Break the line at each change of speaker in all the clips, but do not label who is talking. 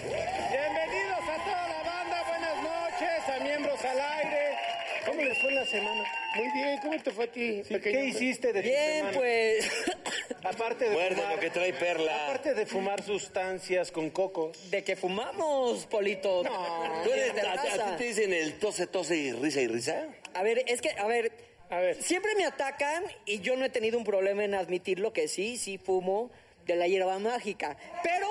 Bienvenidos a toda la banda, buenas noches, a miembros al aire. ¿Cómo les fue en la semana? Muy bien, ¿cómo te fue a ti? pequeño? ¿Qué hiciste de
Bien,
tu semana?
pues.
Aparte de
Muerde
fumar,
lo que trae Perla.
aparte de fumar sustancias con cocos.
De que fumamos, Polito.
¿Tú eres-
Tienes
a, a ti
terraza.
te dicen el tose, tose y risa y risa?
A ver, es que, a ver.
A ver.
Siempre me atacan y yo no he tenido un problema en admitirlo que sí, sí fumo de la hierba mágica. Pero.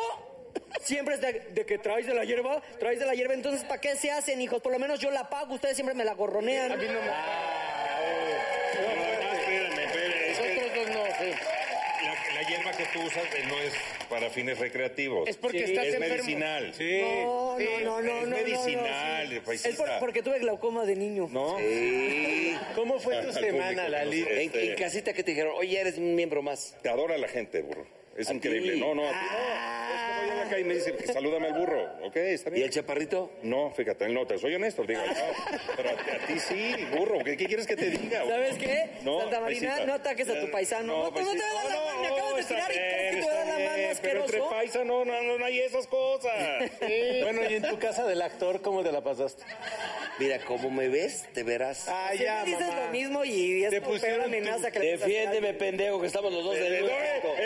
Siempre es de, de que traes de la hierba, traes de la hierba. Entonces, ¿para qué se hacen, hijos? Por lo menos yo la pago, ustedes siempre me la gorronean.
Ah, Espérame, espérame, es que
Nosotros dos no, sí.
la, la hierba que tú usas eh, no es para fines recreativos.
Es porque estás
es
enfermo.
medicinal. Sí.
No, no, no, no,
es
no, no,
medicinal, pues,
no, sí.
paisita.
Es por- porque tuve glaucoma de niño.
¿No?
Sí.
¿Cómo fue tu
Al
semana,
público,
Lali?
no sé.
En, en casita que te dijeron, oye, eres un miembro más.
Te adora la gente, burro. Es
A
increíble.
ti.
No, no, a ti
Ah.
no. Es que no llega acá y me dice, salúdame al burro. Ok, está
¿Y
bien.
el chaparrito?
No, fíjate, no, te soy honesto. Digo, no, pero a, a ti sí, burro. ¿Qué, qué quieres que te diga?
¿Sabes qué?
No,
Santa Marina,
paisita.
no ataques a tu paisano. No, tú no te
paisita.
das la mano, me acabas de
está
tirar y crees que
bien,
te voy a
está
dar la mano,
bien, Pero entre
asqueroso.
paisa no, no, no, no hay esas cosas.
Bueno, y en tu casa del actor, ¿cómo te la pasaste?
Mira, como me ves, te verás.
Ah,
Siempre
ya,
dices
mamá.
lo mismo y es
Te
tu peor
pusieron tu-
amenaza que le puedes
Defiéndeme,
hacer a alguien.
pendejo, que estamos los dos en el mismo
Eh,
cuarto.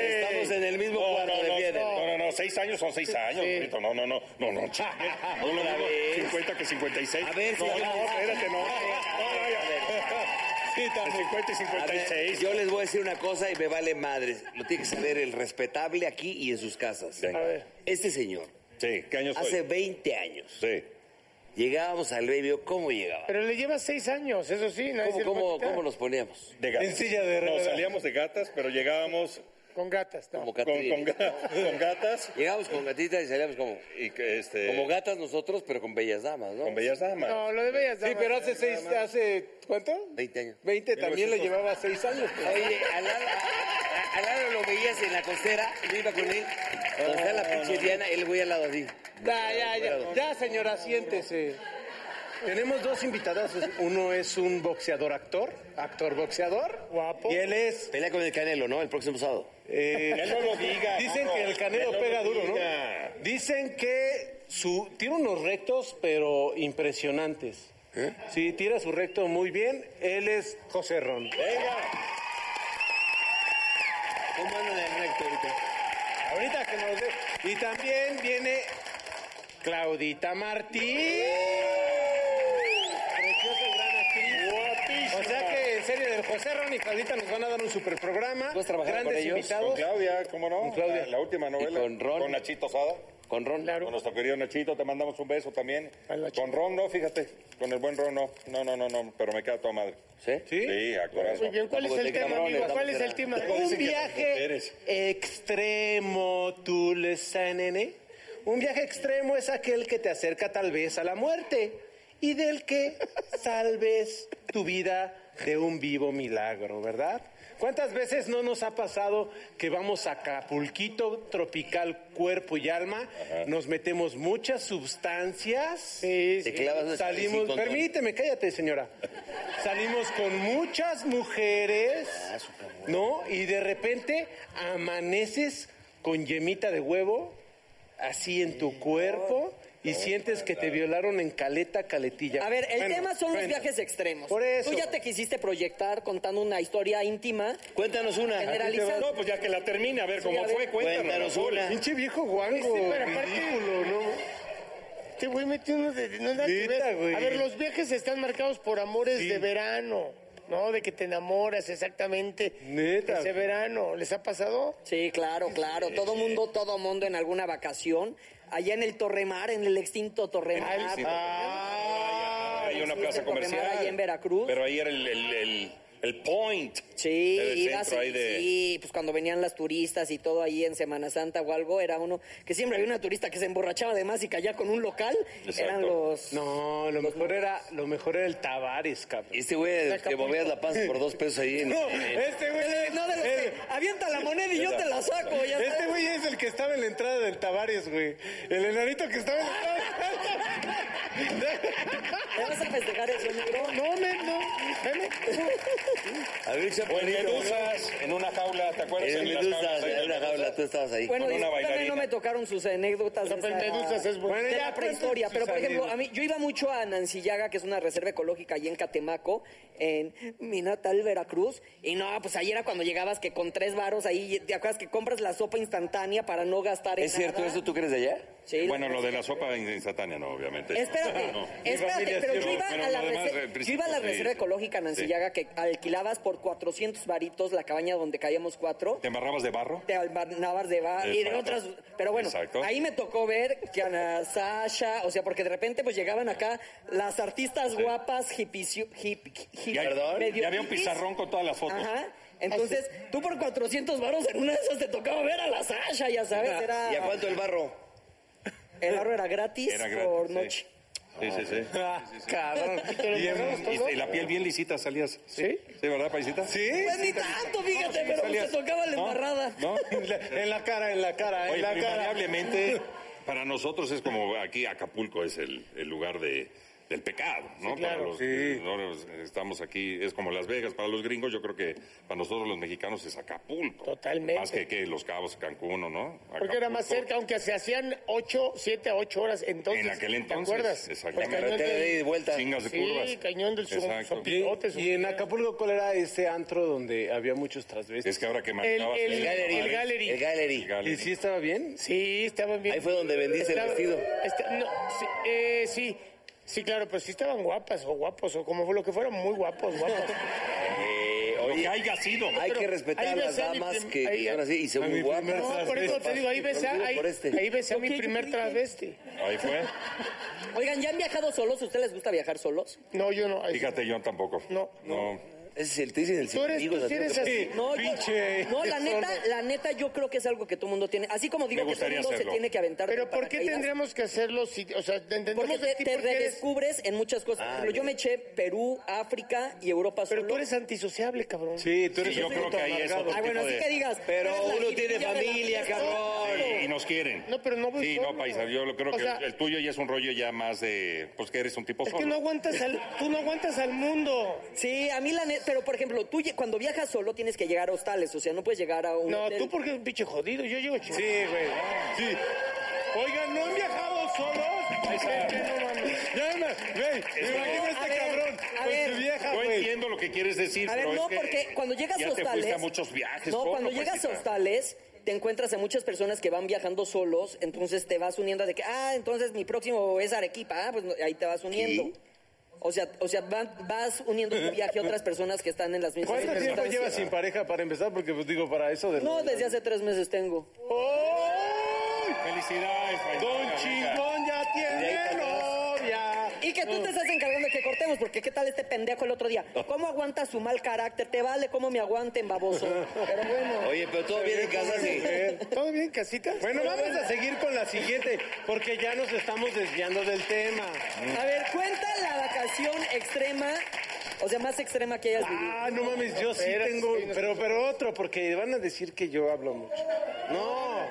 Estamos en el mismo cuarto, defiéndeme.
No, no, no, seis años son seis años, burrito. No, no, no, no, no, chale. No, no,
Otra
no,
vez.
50 que 56.
A ver,
no,
si-
no, espérate, no. No, no, ya. El 50 y
A ver,
56.
yo les voy a decir una cosa y me vale madres. Lo tiene que saber el respetable aquí y en sus casas.
Venga.
Este señor,
Sí, ¿qué años
hace
soy?
20 años,
Sí.
llegábamos al baby, ¿cómo llegábamos?
Pero le llevas seis años, Pues eso sí. nadie se
¿Cómo,
lo va a
cómo,
quitar.
cómo nos poníamos?
De gatas.
En silla de
No,
ruedas.
salíamos de gatas, pero llegábamos
Con gatas, no.
Como
con,
Catrín.
con ga- con gatas.
Llegábamos con gatitas y salíamos como,
Y que, este,
como gatas nosotros, pero con bellas damas, ¿no?
con bellas damas.
No, lo de Bellas
Sí,
Damas,
pero hace
nada
seis,
más.
hace ¿cuánto?
20 años.
20 también le llevaba seis años. pues.
Oye, al lado, a- al lado lo veías en la costera, yo iba con él, donde está la pinche Diana, él voy al lado así.
Ya, ya, ya, ya, señora, siéntese.
Tenemos dos invitadas.
Uno es un boxeador actor, actor boxeador.
Guapo.
Y él es.
Pelea con el Canelo, ¿no? El próximo sábado.
eh,
Ya no lo digas.
dicen
no,
que el canelo
ya no
pega
lo
duro, ¿no?
digas.
Dicen que su tiene unos rectos, pero impresionantes.
¿Eh?
Sí, tira su recto muy bien. Él es José Ron.
Eh,
Venga.
¿Cómo andan en el recto ahorita?
Ahorita que nos dé. Y también viene Claudita Martí. Preciosa y gran actriz. O sea que, en serio, el José Ron y Claudita nos van a dar un super programa.
¿Puedes trabajar
Grandes
con ellos?
Con
invitados.
Claudia, ¿cómo no?
Con Claudia.
La, la última novela.
Y con Ron.
Con Nachito Sada.
Con Ron.
Con nuestro querido Nachito, te mandamos un beso también. Con Ron no, fíjate. Con el buen Ron no. No, no, no, no. Pero me queda toda madre.
¿Sí?
Sí, a corazón.
Muy bien, ¿cuál es
Tampoco
el
te
tema,
cabrones,
amigo? ¿Cuál
tampoco
es el
te-
tema?
Un
Dicen que te
viaje
eres.
extremo, tú le sanene. Un viaje extremo es aquel que te acerca tal vez a la muerte y del que salves tu vida de un vivo milagro, ¿verdad? ¿Cuántas veces no nos ha pasado que vamos a Acapulquito, tropical, cuerpo y alma, nos metemos muchas sustancias,
Sí,
Te clavas una- sí,
salimos,
con-
permíteme, cállate señora, salimos con muchas mujeres,
Ah,
¿no? Y de repente amaneces con yemita de huevo, así en tu cuerpo
Oh,
y sientes que te violaron en caleta, caletilla.
A ver, el
Bueno,
tema son los
bueno.
viajes extremos.
Por eso.
Tú ya te quisiste proyectar contando una historia íntima.
Cuéntanos una.
Generalizando.
No, pues ya que la termine, a ver cómo
a ver.
fue, cuéntanos.
Cuéntanos una.
Pinche viejo guango,
Este,
Sí, pero aparte-
ridículo, ¿no?
Este güey metió unos de... No nada que
Neta,
ver.
güey.
A ver, los viajes están marcados por amores de verano. No, de que te enamoras exactamente.
Neta.
Ese verano. ¿Les ha pasado?
Sí, claro, claro. Todo mundo, todo mundo en alguna vacación. Allá en el Torremar, en el extinto Torremar.
Ah,
Hay una
Sí,
plaza
el Torremar
comercial.
ahí en Veracruz.
Pero ahí era el, el, el, el point.
Sí,
Era el
ibas
Ah, centro
y-
ahí de-
sí, pues cuando venían las turistas y todo ahí en Semana Santa o algo, era uno que siempre había una turista que se emborrachaba además y caía con un local.
Exacto.
Eran los...
No, lo mejor era, lo mejor era el Tavares, cabrón.
Este güey era el que movías la panza por dos pesos ahí. en- en-
este güey es,
No, de los que avienta la moneda y yo te la saco. ya sabes.
este güey es el que estaba en la entrada del Tavares, güey. El enanito que estaba en la
¿Te vas a festejar eso, negro?
No, men, no. Veme.
A ver,
O en
Chaparrito.
medusas, en una jaula, ¿te acuerdas?
En
Ahí las
Medusas,
jaulas, ahí
en una
las
jaula,
jaulas.
tú estabas ahí.
Bueno,
con una
discúlpame,
bailarina.
no me tocaron sus anécdotas.
No,
de
pero
esa-
Medusas es bueno.
Bueno,
de la
ya, cuenten
prehistoria.
sus
Pero, por ejemplo,
anécdotas.
a mí, yo iba mucho a Nancillaga, que es una reserva ecológica ahí en Catemaco, en mi natal Veracruz. Y no, pues ahí era cuando llegabas que con tres varos ahí, ¿te acuerdas que compras la sopa instantánea para no gastar en
¿Es cierto
nada?
eso? ¿Tú crees de allá?
Sí,
Bueno,
la-
lo de la sopa instantánea, no, obviamente.
Espérate,
No.
espérate, pero yo iba,
pero
a la,
lo demás,
reser-
el
yo iba a la
principio, sí.
reserva ecológica Nancillaga que alquilabas por 400 varitos la cabaña donde caíamos cuatro.
¿Te embarrabas de barro?
de Albarnabas de Bar y de
Exacto.
otras. Pero bueno,
Exacto.
ahí me tocó ver que Ana Sasha, o sea, porque de repente pues llegaban acá las artistas guapas, hipicio, hip, hip-
Ya,
medio
ya había un
hippies.
pizarrón con todas las fotos.
Ajá. Entonces, tú por 400 varos en una de esas te tocaba ver a la Sasha, ya sabes,
¿Y a
era
cuánto el barro?
el barro era gratis,
Era gratis,
por
sí.
noche. Ah,
Sí, sí, sí.
Cabrón.
Bien, y, y la piel bien lisita salías. ¿Sí? ¿Sí, verdad, paisita? Sí.
Pues ni tanto, fíjate, pero pues, te tocaba la embarrada.
¿No?
En la, en la cara, en la cara, en
Oye,
la
pero
cara.
invariablemente, para nosotros es como aquí Acapulco es el, el lugar de, del pecado, ¿no? para los que no estamos aquí, es como Las Vegas. Para los gringos, yo creo que para nosotros los mexicanos es Acapulco.
Totalmente.
Más que, que Los Cabos, Cancún, ¿o ¿no?
Porque era
Acapulco.
más cerca, aunque se hacían 8, 7 a 8 horas entonces.
En aquel entonces.
¿Te acuerdas?
Exacto.
Pues,
La
cañón
Carretera de ida y
del-
vuelta.
Chingas de curvas.
Sí, cañón del Som-
Exacto.
Y,
Sopilote.
y en Acapulco, ¿cuál era ese antro donde había muchos transvestis?
Es que ahora que
El,
marcabas...
el-
Gallery.
el Gallery.
El gallery.
¿Y si estaba bien?
Sí, estaban bien.
Ahí fue donde vendiste el
Estaba-
vestido.
esta- no, sí, eh, sí, sí, claro, pero sí estaban guapas o guapos o como fue lo que fueron, muy guapos, guapos.
Eh,
Lo que
oye,
haya sido.
hay
pero
que respetar
ahí
a las
besé a mi
damas
prim-
que
ahí-
que son así y se
mi
muy guapas.
primer
No, por eso te digo, ahí ves a,
Por
ahí,
este.
ahí ves a mi primer travesti.
Ahí fue.
Oigan, ¿ya han viajado solos? ¿Ustedes les gusta viajar solos?
No, yo no. ahí-
Fíjate, yo tampoco.
No.
No.
Ese es el te dicen el
Tú eres-
amigos,
tú
así
eres
no te-
así.
No, yo-
Pinche
no, la neta, la neta, yo creo que es algo que todo mundo tiene. Así como digo
Me
que todo
gustaría
mundo se
hacerlo.
tiene que aventar.
Pero
con
¿por qué
paracaídas,
tendríamos que hacerlo si, o sea, te entendemos
Porque
de
te,
ti
te
porque eres-
redescubres en muchas cosas. Por ejemplo, yo me eché Perú, África y Europa
Pero tú
solo.
eres antisociable, cabrón.
Sí, tú eres
Sí, yo
un
creo
puto
que ahí es
amargado.
otro
Ay, bueno,
tipo
así
de-
que digas.
Pero
eres la
uno tiene
hipilla de la
familia,
fiesta.
cabrón.
Y nos quieren.
No, pero no voy
Sí,
solo.
no, paisa, yo lo creo
O
que
sea-
el tuyo ya es un rollo ya más de... Pues que eres un tipo
Es que
solo.
no aguantas al, tú no aguantas al mundo.
Sí, a mí la neta. Pero por ejemplo, tú lle- cuando viajas solo tienes que llegar a hostales. O sea, no puedes llegar a un.
No,
hotel.
tú porque eres un pinche jodido, yo llego chido.
Sí, güey. Sí. Oigan, ¿no han viajado solos? Ya, me- güey, me imagino
a
este
ver,
cabrón
a
con
ver.
su vieja,
Yo
güey.
entiendo lo que quieres decir,
A ver,
pero
no,
es que
porque cuando llegas
ya
a
te fuiste
hostales.
a muchos viajes. pues,
No,
solo,
cuando llegas a
paisita.
hostales, te encuentras a muchas personas que van viajando solos, entonces te vas uniendo de que, ah, entonces mi próximo es Arequipa, ah, pues no, ahí te vas uniendo. O sea, o sea, van- vas uniendo tu viaje a otras personas que están en las mismas
¿Cuánto tiempo
circunstancias.
llevas sin pareja para empezar? Porque, pues, digo, para eso de...
No, desde hace tres meses tengo.
¡Ay!
Felicidades, paisita,
¡Oh! Don
amiga.
Chingón ya tiene novia.
Y que tú te estás encargando de que cortemos, porque qué tal este pendejo el otro día. ¿Cómo aguanta su mal carácter? Te vale cómo me aguanten, baboso. Pero bueno.
Oye, pero todo bien en casa, sí.
¿Todo bien, casita?
Bueno, vamos a seguir con la siguiente, porque ya nos estamos desviando del tema.
A ver, cuenta la vacación extrema, o sea, más extrema que hayas vivido.
Ah, no mames, yo sí
Espérate,
tengo,
sí, no-
pero, pero otro, porque van a decir que yo hablo mucho. No, ¿eh?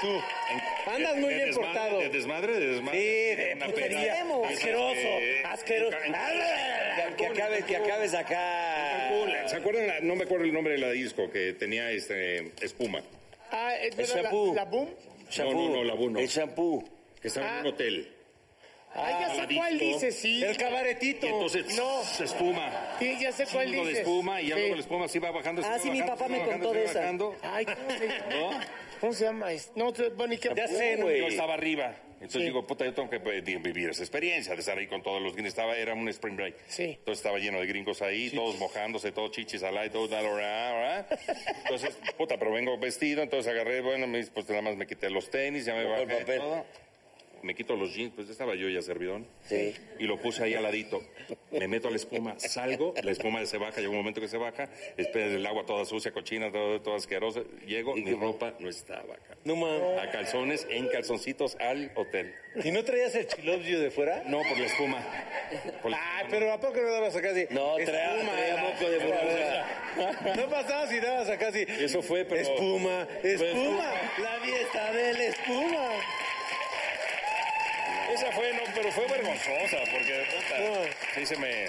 tú, andas muy
De
bien
desmadre,
portado.
De desmadre, de desmadre.
Sí, de
Una
putería,
peda.
extremo.
asqueroso,
Eh,
asqueroso.
en-
Ah,
Que, que acabes, que acabes acá.
Ah, Cancún. ¿Se acuerdan? la- no me acuerdo el nombre de la disco que tenía este espuma.
Ah, es
El
verdad,
shampoo.
la, la boom.
Shampoo.
No, no, no, la Buno.
El shampoo.
que está
Ah.
en un hotel.
Ah, ya sé
Lavadito.
cuál dice, sí.
El cabaretito.
Y entonces
No.
se espuma.
Sí, ya sé cuál
Chingo
dice.
de espuma y ya
Sí.
luego la espuma así va bajando. se
Ah,
va
sí, mi
bajando,
papá
se va
me
bajando,
contó
se va
de esa.
bajando.
Ay, ¿cómo se llama?
¿No?
¿Cómo se llama? Es- No, tú- bueno, ¿y qué?
Ya sé, güey.
Yo estaba arriba. Entonces digo, puta, yo tengo que eh, di- vivir esa experiencia de estar ahí con todos los gringos. Estaba, era un spring break.
Sí.
Entonces estaba lleno de gringos ahí, todos mojándose, todos chichis al aire, todos dale, ra, ra. Entonces, puta, pero vengo vestido, entonces agarré, bueno, me- pues nada más me quité los tenis, ya me
Mejor
bajé.
papel.
todo. Me quito los jeans, pues ya estaba yo ya servidón.
Sí.
Y lo puse ahí al ladito. Me meto a la espuma, salgo, la espuma se baja, llega un momento que se baja, espera el agua toda sucia, cochina, todo, todo asquerosa. Llego, mi ropa no estaba acá.
No mames.
A calzones, en calzoncitos al hotel.
¿Y no traías el chilobio de fuera?
No, por la espuma. Por la
Ay,
espuma,
pero ¿a poco no dabas acá así?
No, traía-
espuma,
traía
era.
moco de burbuja.
No pasabas y dabas acá así.
Eso fue, pero-
Espuma, espuma,
espuma.
pues, la fiesta de la espuma.
no. Esa fue, no, pero fue vergonzosa, porque puta,
No.
sí se me...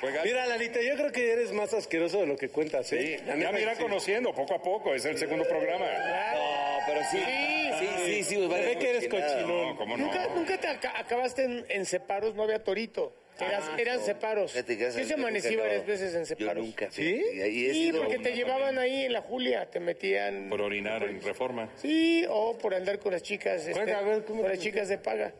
fue gacho.
Mira, Lalita, yo creo que eres más asqueroso de lo que cuentas,
sí,
¿eh? La
ya
neta
me irán
que sí.
conociendo poco a poco, es el segundo programa.
No, pero sí. Sí, sí, sí, sí, pues,
Se
vale
ve que eres
cochinada.
cochinón.
No, cómo no.
¿Nunca, nunca te aca- acabaste en, en separos, no había torito. Eras,
Ah,
eran separos.
Fíjate que esa-
Yo se
yo nunca
amanecí
acabo.
varias veces en
Yo
separos.
nunca.
¿Sí?
fíjate, y ahí he
Sí,
sido
porque
una
te llevaban ahí en la Julia, te metían.
Por orinar en reforma.
Sí, o por andar con las chicas. este,
Oiga, a ver, ¿cómo
con
te
las chicas de paga.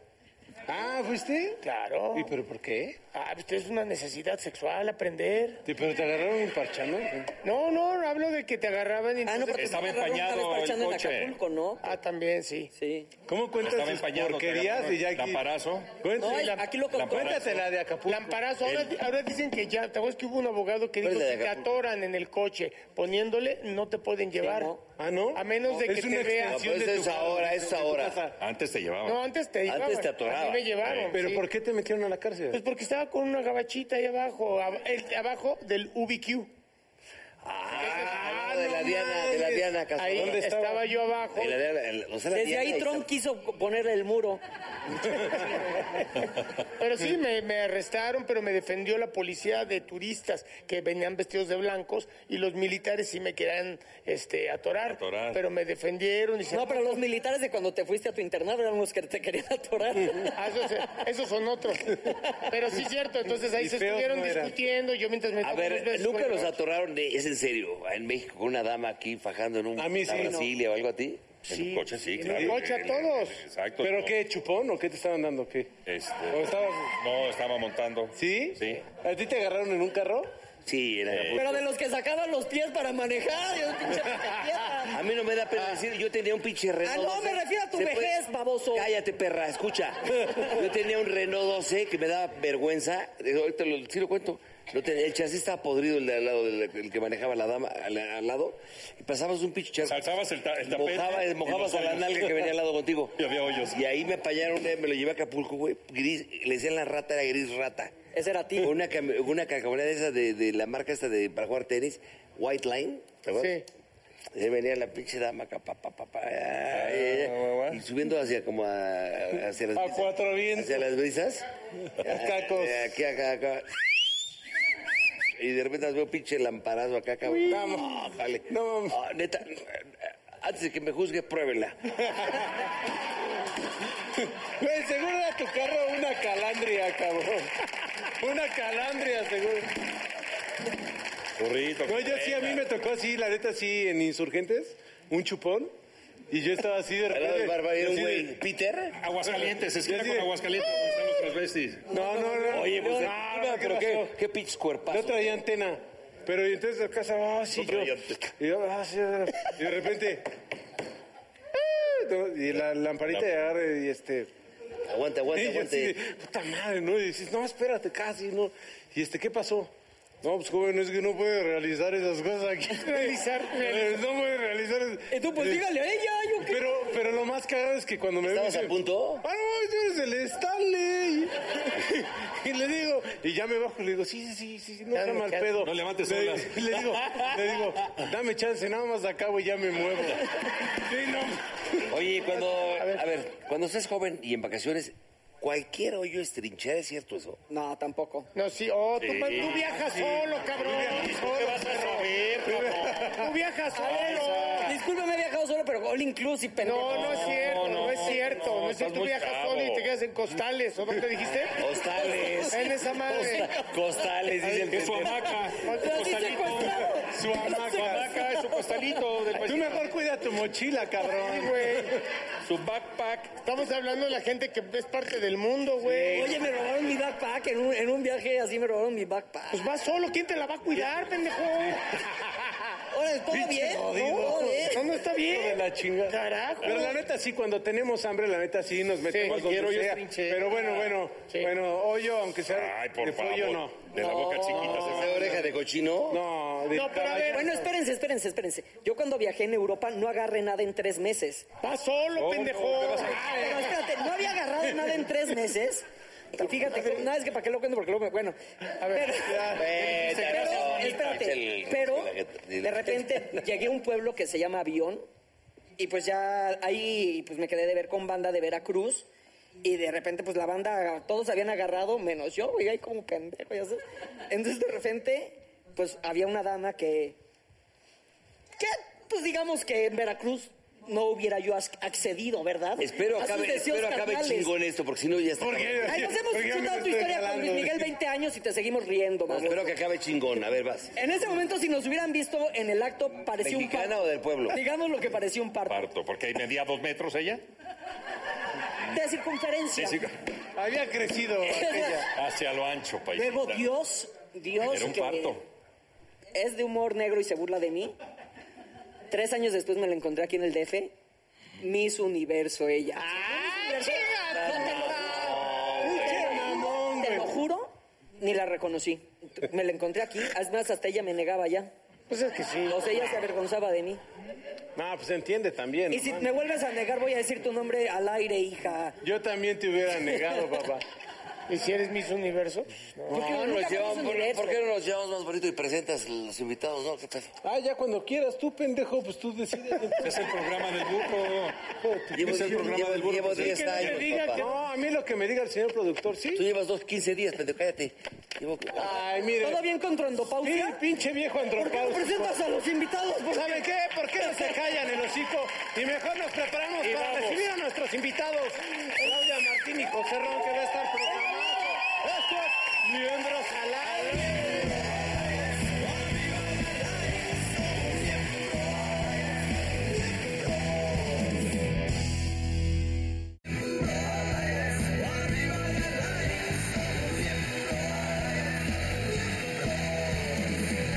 Ah, ¿fuiste?
Claro.
¿Y pero por qué?
Ah, pues es una necesidad sexual, aprender.
¿Y pero te agarraron un parchano?
No, no, hablo de que te agarraban y
Ah, no,
entonces-
porque
Estaba
te agarraron una vez
empañado el
parchando en
coche.
Acapulco, ¿no?
Ah, también, sí.
Sí.
¿Cómo cuentas
Estaba
tus
empañado, te
porquerías
agarraron
de Jackie?
lamparazo.
No,
Cuéntase
aquí lo contó.
Cuéntasela de Acapulco.
Lamparazo, ahora, ahora dicen que ya, ¿te acuerdas que hubo un abogado que dijo
Pues la de
si te
Acapulco.
atoran en el coche poniéndole, no te pueden llevar?
no. Pues
Ah, ¿no?
A menos de
Es
que
una
te vean.
No,
extensión
pero
de
eso
tu
es ahora,
casa,
eso es
de tu
ahora.
casa.
Antes te llevaban.
No, antes te llevaban.
te atoraba.
A mí me llevaron.
¿Pero
sí.
por qué te metieron a la cárcel?
Pues porque estaba con una gabachita ahí abajo, ab- el- abajo del UBQ.
Ah,
Ah,
de
no
la Diana, de la
manches.
Diana Castro.
Ahí
¿dónde estaba?
estaba? yo abajo.
De la Diana, el- o sea, la
Desde
Diana
ahí
y-
Trump quiso ponerle el muro.
Pero sí, me, me arrestaron, pero me defendió la policía de turistas que venían vestidos de blancos y los militares sí me querían este, atorar,
Atorar.
Pero me defendieron y se-
No, pero los militares de cuando te fuiste a tu internado eran los que te querían atorar.
Ah, esos, eh, esos son otros. Pero sí, cierto. Entonces ahí
Y
se
feos
estuvieron
no eran.
discutiendo. Yo mientras me
A
tocó dos
ver,
veces
nunca
con el
los
gabacho.
atoraron de, es en serio, en México, con una dama aquí fajando en un
A mí sí,
una
no.
Brasilia o algo a ti.
En
Sí,
el coche, sí,
en
claro.
el coche a
Eh,
todos.
Exacto.
¿Pero
no,
qué, chupón o qué te estaban dando? ¿Qué?
este,
¿O estabas-
No, estaba montando.
¿Sí?
Sí.
¿A ti te agarraron en un carro?
Sí, en Acapulco.
Pero de los que sacaban los pies para manejar. yo, pinche piedra.
A mí no me da pena decir, yo tenía un pinche Renault.
Ah, no,
12.
me refiero a tu
¿Se puede?
vejez, baboso.
Cállate, perra, escucha. Yo tenía un Renault 12 que me daba vergüenza. Eh, Ahorita lo, sí lo cuento. Lo tenía- el chasis estaba podrido, el de al lado, el, el que manejaba la dama, al, al lado. Y pasabas un pinche charco.
Alzabas el, ta- el tapete.
Mojaba- eh,
y
mojabas
los
a la
hoyos.
nalga que venía al lado contigo.
Y había hoyos.
Y ahí me apañaron, eh, me lo llevé a Acapulco, güey. Gris, le decían la rata, era gris rata.
Ese era ti.
Con una, cam- con una cacahuela de esa de, de la marca esta de para jugar tenis, White Line, ¿te acuerdas?
Sí.
Y ahí venía la pinche dama acá, pa, pa, pa, pa, ah, eh, y subiendo hacia como a, hacia las
A cuatro vientos.
hacia las brisas.
Cacos.
Ah, Aquí, acá, acá. Y de repente las veo pinche lamparazo acá, cabrón.
Vamos.
Vale.
No, mames.
Ah, neta, antes de que me juzgue, pruébela.
Güey, seguro era tu carro una calandria, cabrón. Una calandria, seguro.
Burrito.
No, yo sí, a mí me tocó así, la neta, sí, en Insurgentes, un chupón. Y yo estaba así de
Al lado
repente.
del barbarero,
así de-
güey. ¿Peter?
Aguascalientes, esquina
Yo sí
con
de-
Aguascalientes. donde Están los transvestis.
No, no, no.
Oye, pues,
no,
ah,
no,
pero qué,
pasó?
qué pinches cuerpazos.
No traía antena. Pero y entonces acá estaba, ah, sí,
No
yo.
traía antena.
Y yo, ah, sí, ah, y de repente. ah, no, Y la lamparita de agarre y este.
Aguanta, aguanta,
Y yo
aguanta.
así de, puta madre, ¿no? Y dices, no, espérate, casi, ¿no? Y este, ¿qué pasó? No, pues joven, es que no puede realizar esas cosas aquí. Eh,
Realizar, realizar.
No puede realizar.
Y tú, pues
Eh,
dígale a ella, yo qué.
Pero, pero lo más cagado es que cuando me
¿Estabas
me
a punto?
Ah, no, tú eres el Stanley. y le digo, y ya me bajo y le digo, sí, sí, sí, sí, no
Ya,
sea
no,
mal
ya.
pedo.
No levantes
le,
olas.
le digo, le digo, dame chance, nada más acabo y ya me muevo. sí, no.
Oye, cuando, a ver, cuando estés joven y en vacaciones, cualquier hoyo es trinchera, ¿es cierto eso?
No, tampoco.
No, sí. Oh, tú, pa- tú viajas solo, cabrón.
¿Qué vas a saber, cabrón?
Tú viajas solo.
Ni Discúlpame, he viajado solo, pero all inclusive, pendejo.
No, no es cierto, no,
no,
es cierto. No,
no,
es cierto,
estás
tú
muy
viajas
chavo.
solo y te quedas en costales, ¿o dónde dijiste?
Costales.
En esa madre.
Costa- Costales, dice el
Es su
pendejo.
hamaca.
Pero sí se
costalito.
encontraron.
Su hamaca, su hamaca es su costalito del
Tú
país.
mejor cuida tu mochila,
Sí,
cabrón.
güey.
Su backpack.
Estamos hablando de la gente que es parte del mundo, güey.
Oye, me robaron mi backpack en un, en un viaje así, me robaron mi backpack.
Pues vas solo, ¿quién te la va a cuidar, pendejo?
Ahora, ¿todo
¿Eh?
bien?
No, no, no está
Hijo de
bien.
la chinga.
Carajo.
Pero la neta sí, cuando tenemos hambre, la neta sí nos metemos
Sí,
donde
quiero yo
sea.
trinchera.
Pero bueno, bueno,
Sí.
bueno, hoyo, aunque sea
Ay, por
de
favor.
pollo, no.
De la boca chiquita.
¿Es de oreja de cochino?
No, de
No, pero a ver,
Bueno, espérense, espérense, espérense. Yo cuando viajé en Europa no agarré nada en tres meses.
Vas solo, pendejo.
Pero espérate, no había agarrado nada en tres meses. Y fíjate, que- no, es que para qué lo cuento, porque luego me... Bueno, a ver,
Vete,
pero,
no,
espérate,
el-
pero
el-
de repente llegué a un pueblo que se llama Avión y pues ya ahí pues me quedé de ver con banda de Veracruz y de repente pues la banda todos habían agarrado menos yo, güey, ahí como pendejo, ya sabes. Entonces de repente pues había una dama que que pues digamos que en Veracruz no hubiera yo as- accedido, ¿verdad?
Espero
A sus
acabe,
deseos
espero acabe
carnales.
chingón esto, porque si no ya está. acabando.
Ahí nos hemos
Porque ya me
chutado tu
estoy
historia con
jalando,
Luis Miguel
güey.
20 años y te seguimos riendo,
No,
mamón.
espero que acabe chingón. A ver, vas.
En ese momento, si nos hubieran visto en el acto, parecía un
¿Mexicana
parto.
o del pueblo?
Digamos lo que parecía un parto.
Parto, porque ahí medía dos metros ella.
De circunferencia.
Sí, sí.
había crecido aquella.
Hacia lo ancho, país.
Luego, Dios, Dios
Era un
que
parto.
es de humor negro y se burla de mí. Tres años después me la encontré aquí en el DF. Miss Universo, ella.
Ah,
Miss Universo, no te lo- Te lo juro, ni la reconocí. Me la encontré aquí. Además, hasta ella me negaba ya.
Pues es que sí.
O sea, ella se avergonzaba de mí.
No, pues entiende también.
Y
¿no?
si me vuelves a negar, voy a decir tu nombre al aire, hija.
Yo también te hubiera negado, papá.
¿Y si eres Miss Universo?
¿Por qué no
nunca
nos llevamos,
pasó
por,
ni eso.
por qué no nos llevamos más bonito y presentas los invitados, no? ¿Qué tal?
Ah, ya cuando quieras, tú, pendejo, pues tú decides.
Es el programa del burro.
Llevo,
Es el programa
llevo-
del burro.
pues,
llevo
Sí,
10
que no te
años,
diga
papá.
No, a mí lo que me diga el señor productor,
Tú
sí.
llevas dos, 15 días, pendejo, cállate. Llevo-
Ay, mire.
¿Todo bien con
Mira el
Trondopausia?
pinche viejo
¿Por qué no
andropausa.
presentas a los invitados? pues? Por favor?
¿Saben qué? ¿Por qué no se callan el hocico? Y mejor nos preparamos para
vamos.
recibir a nuestros invitados. Claudia Martín y José Ron, que va a estar programado. Esto es Miembros al Aire.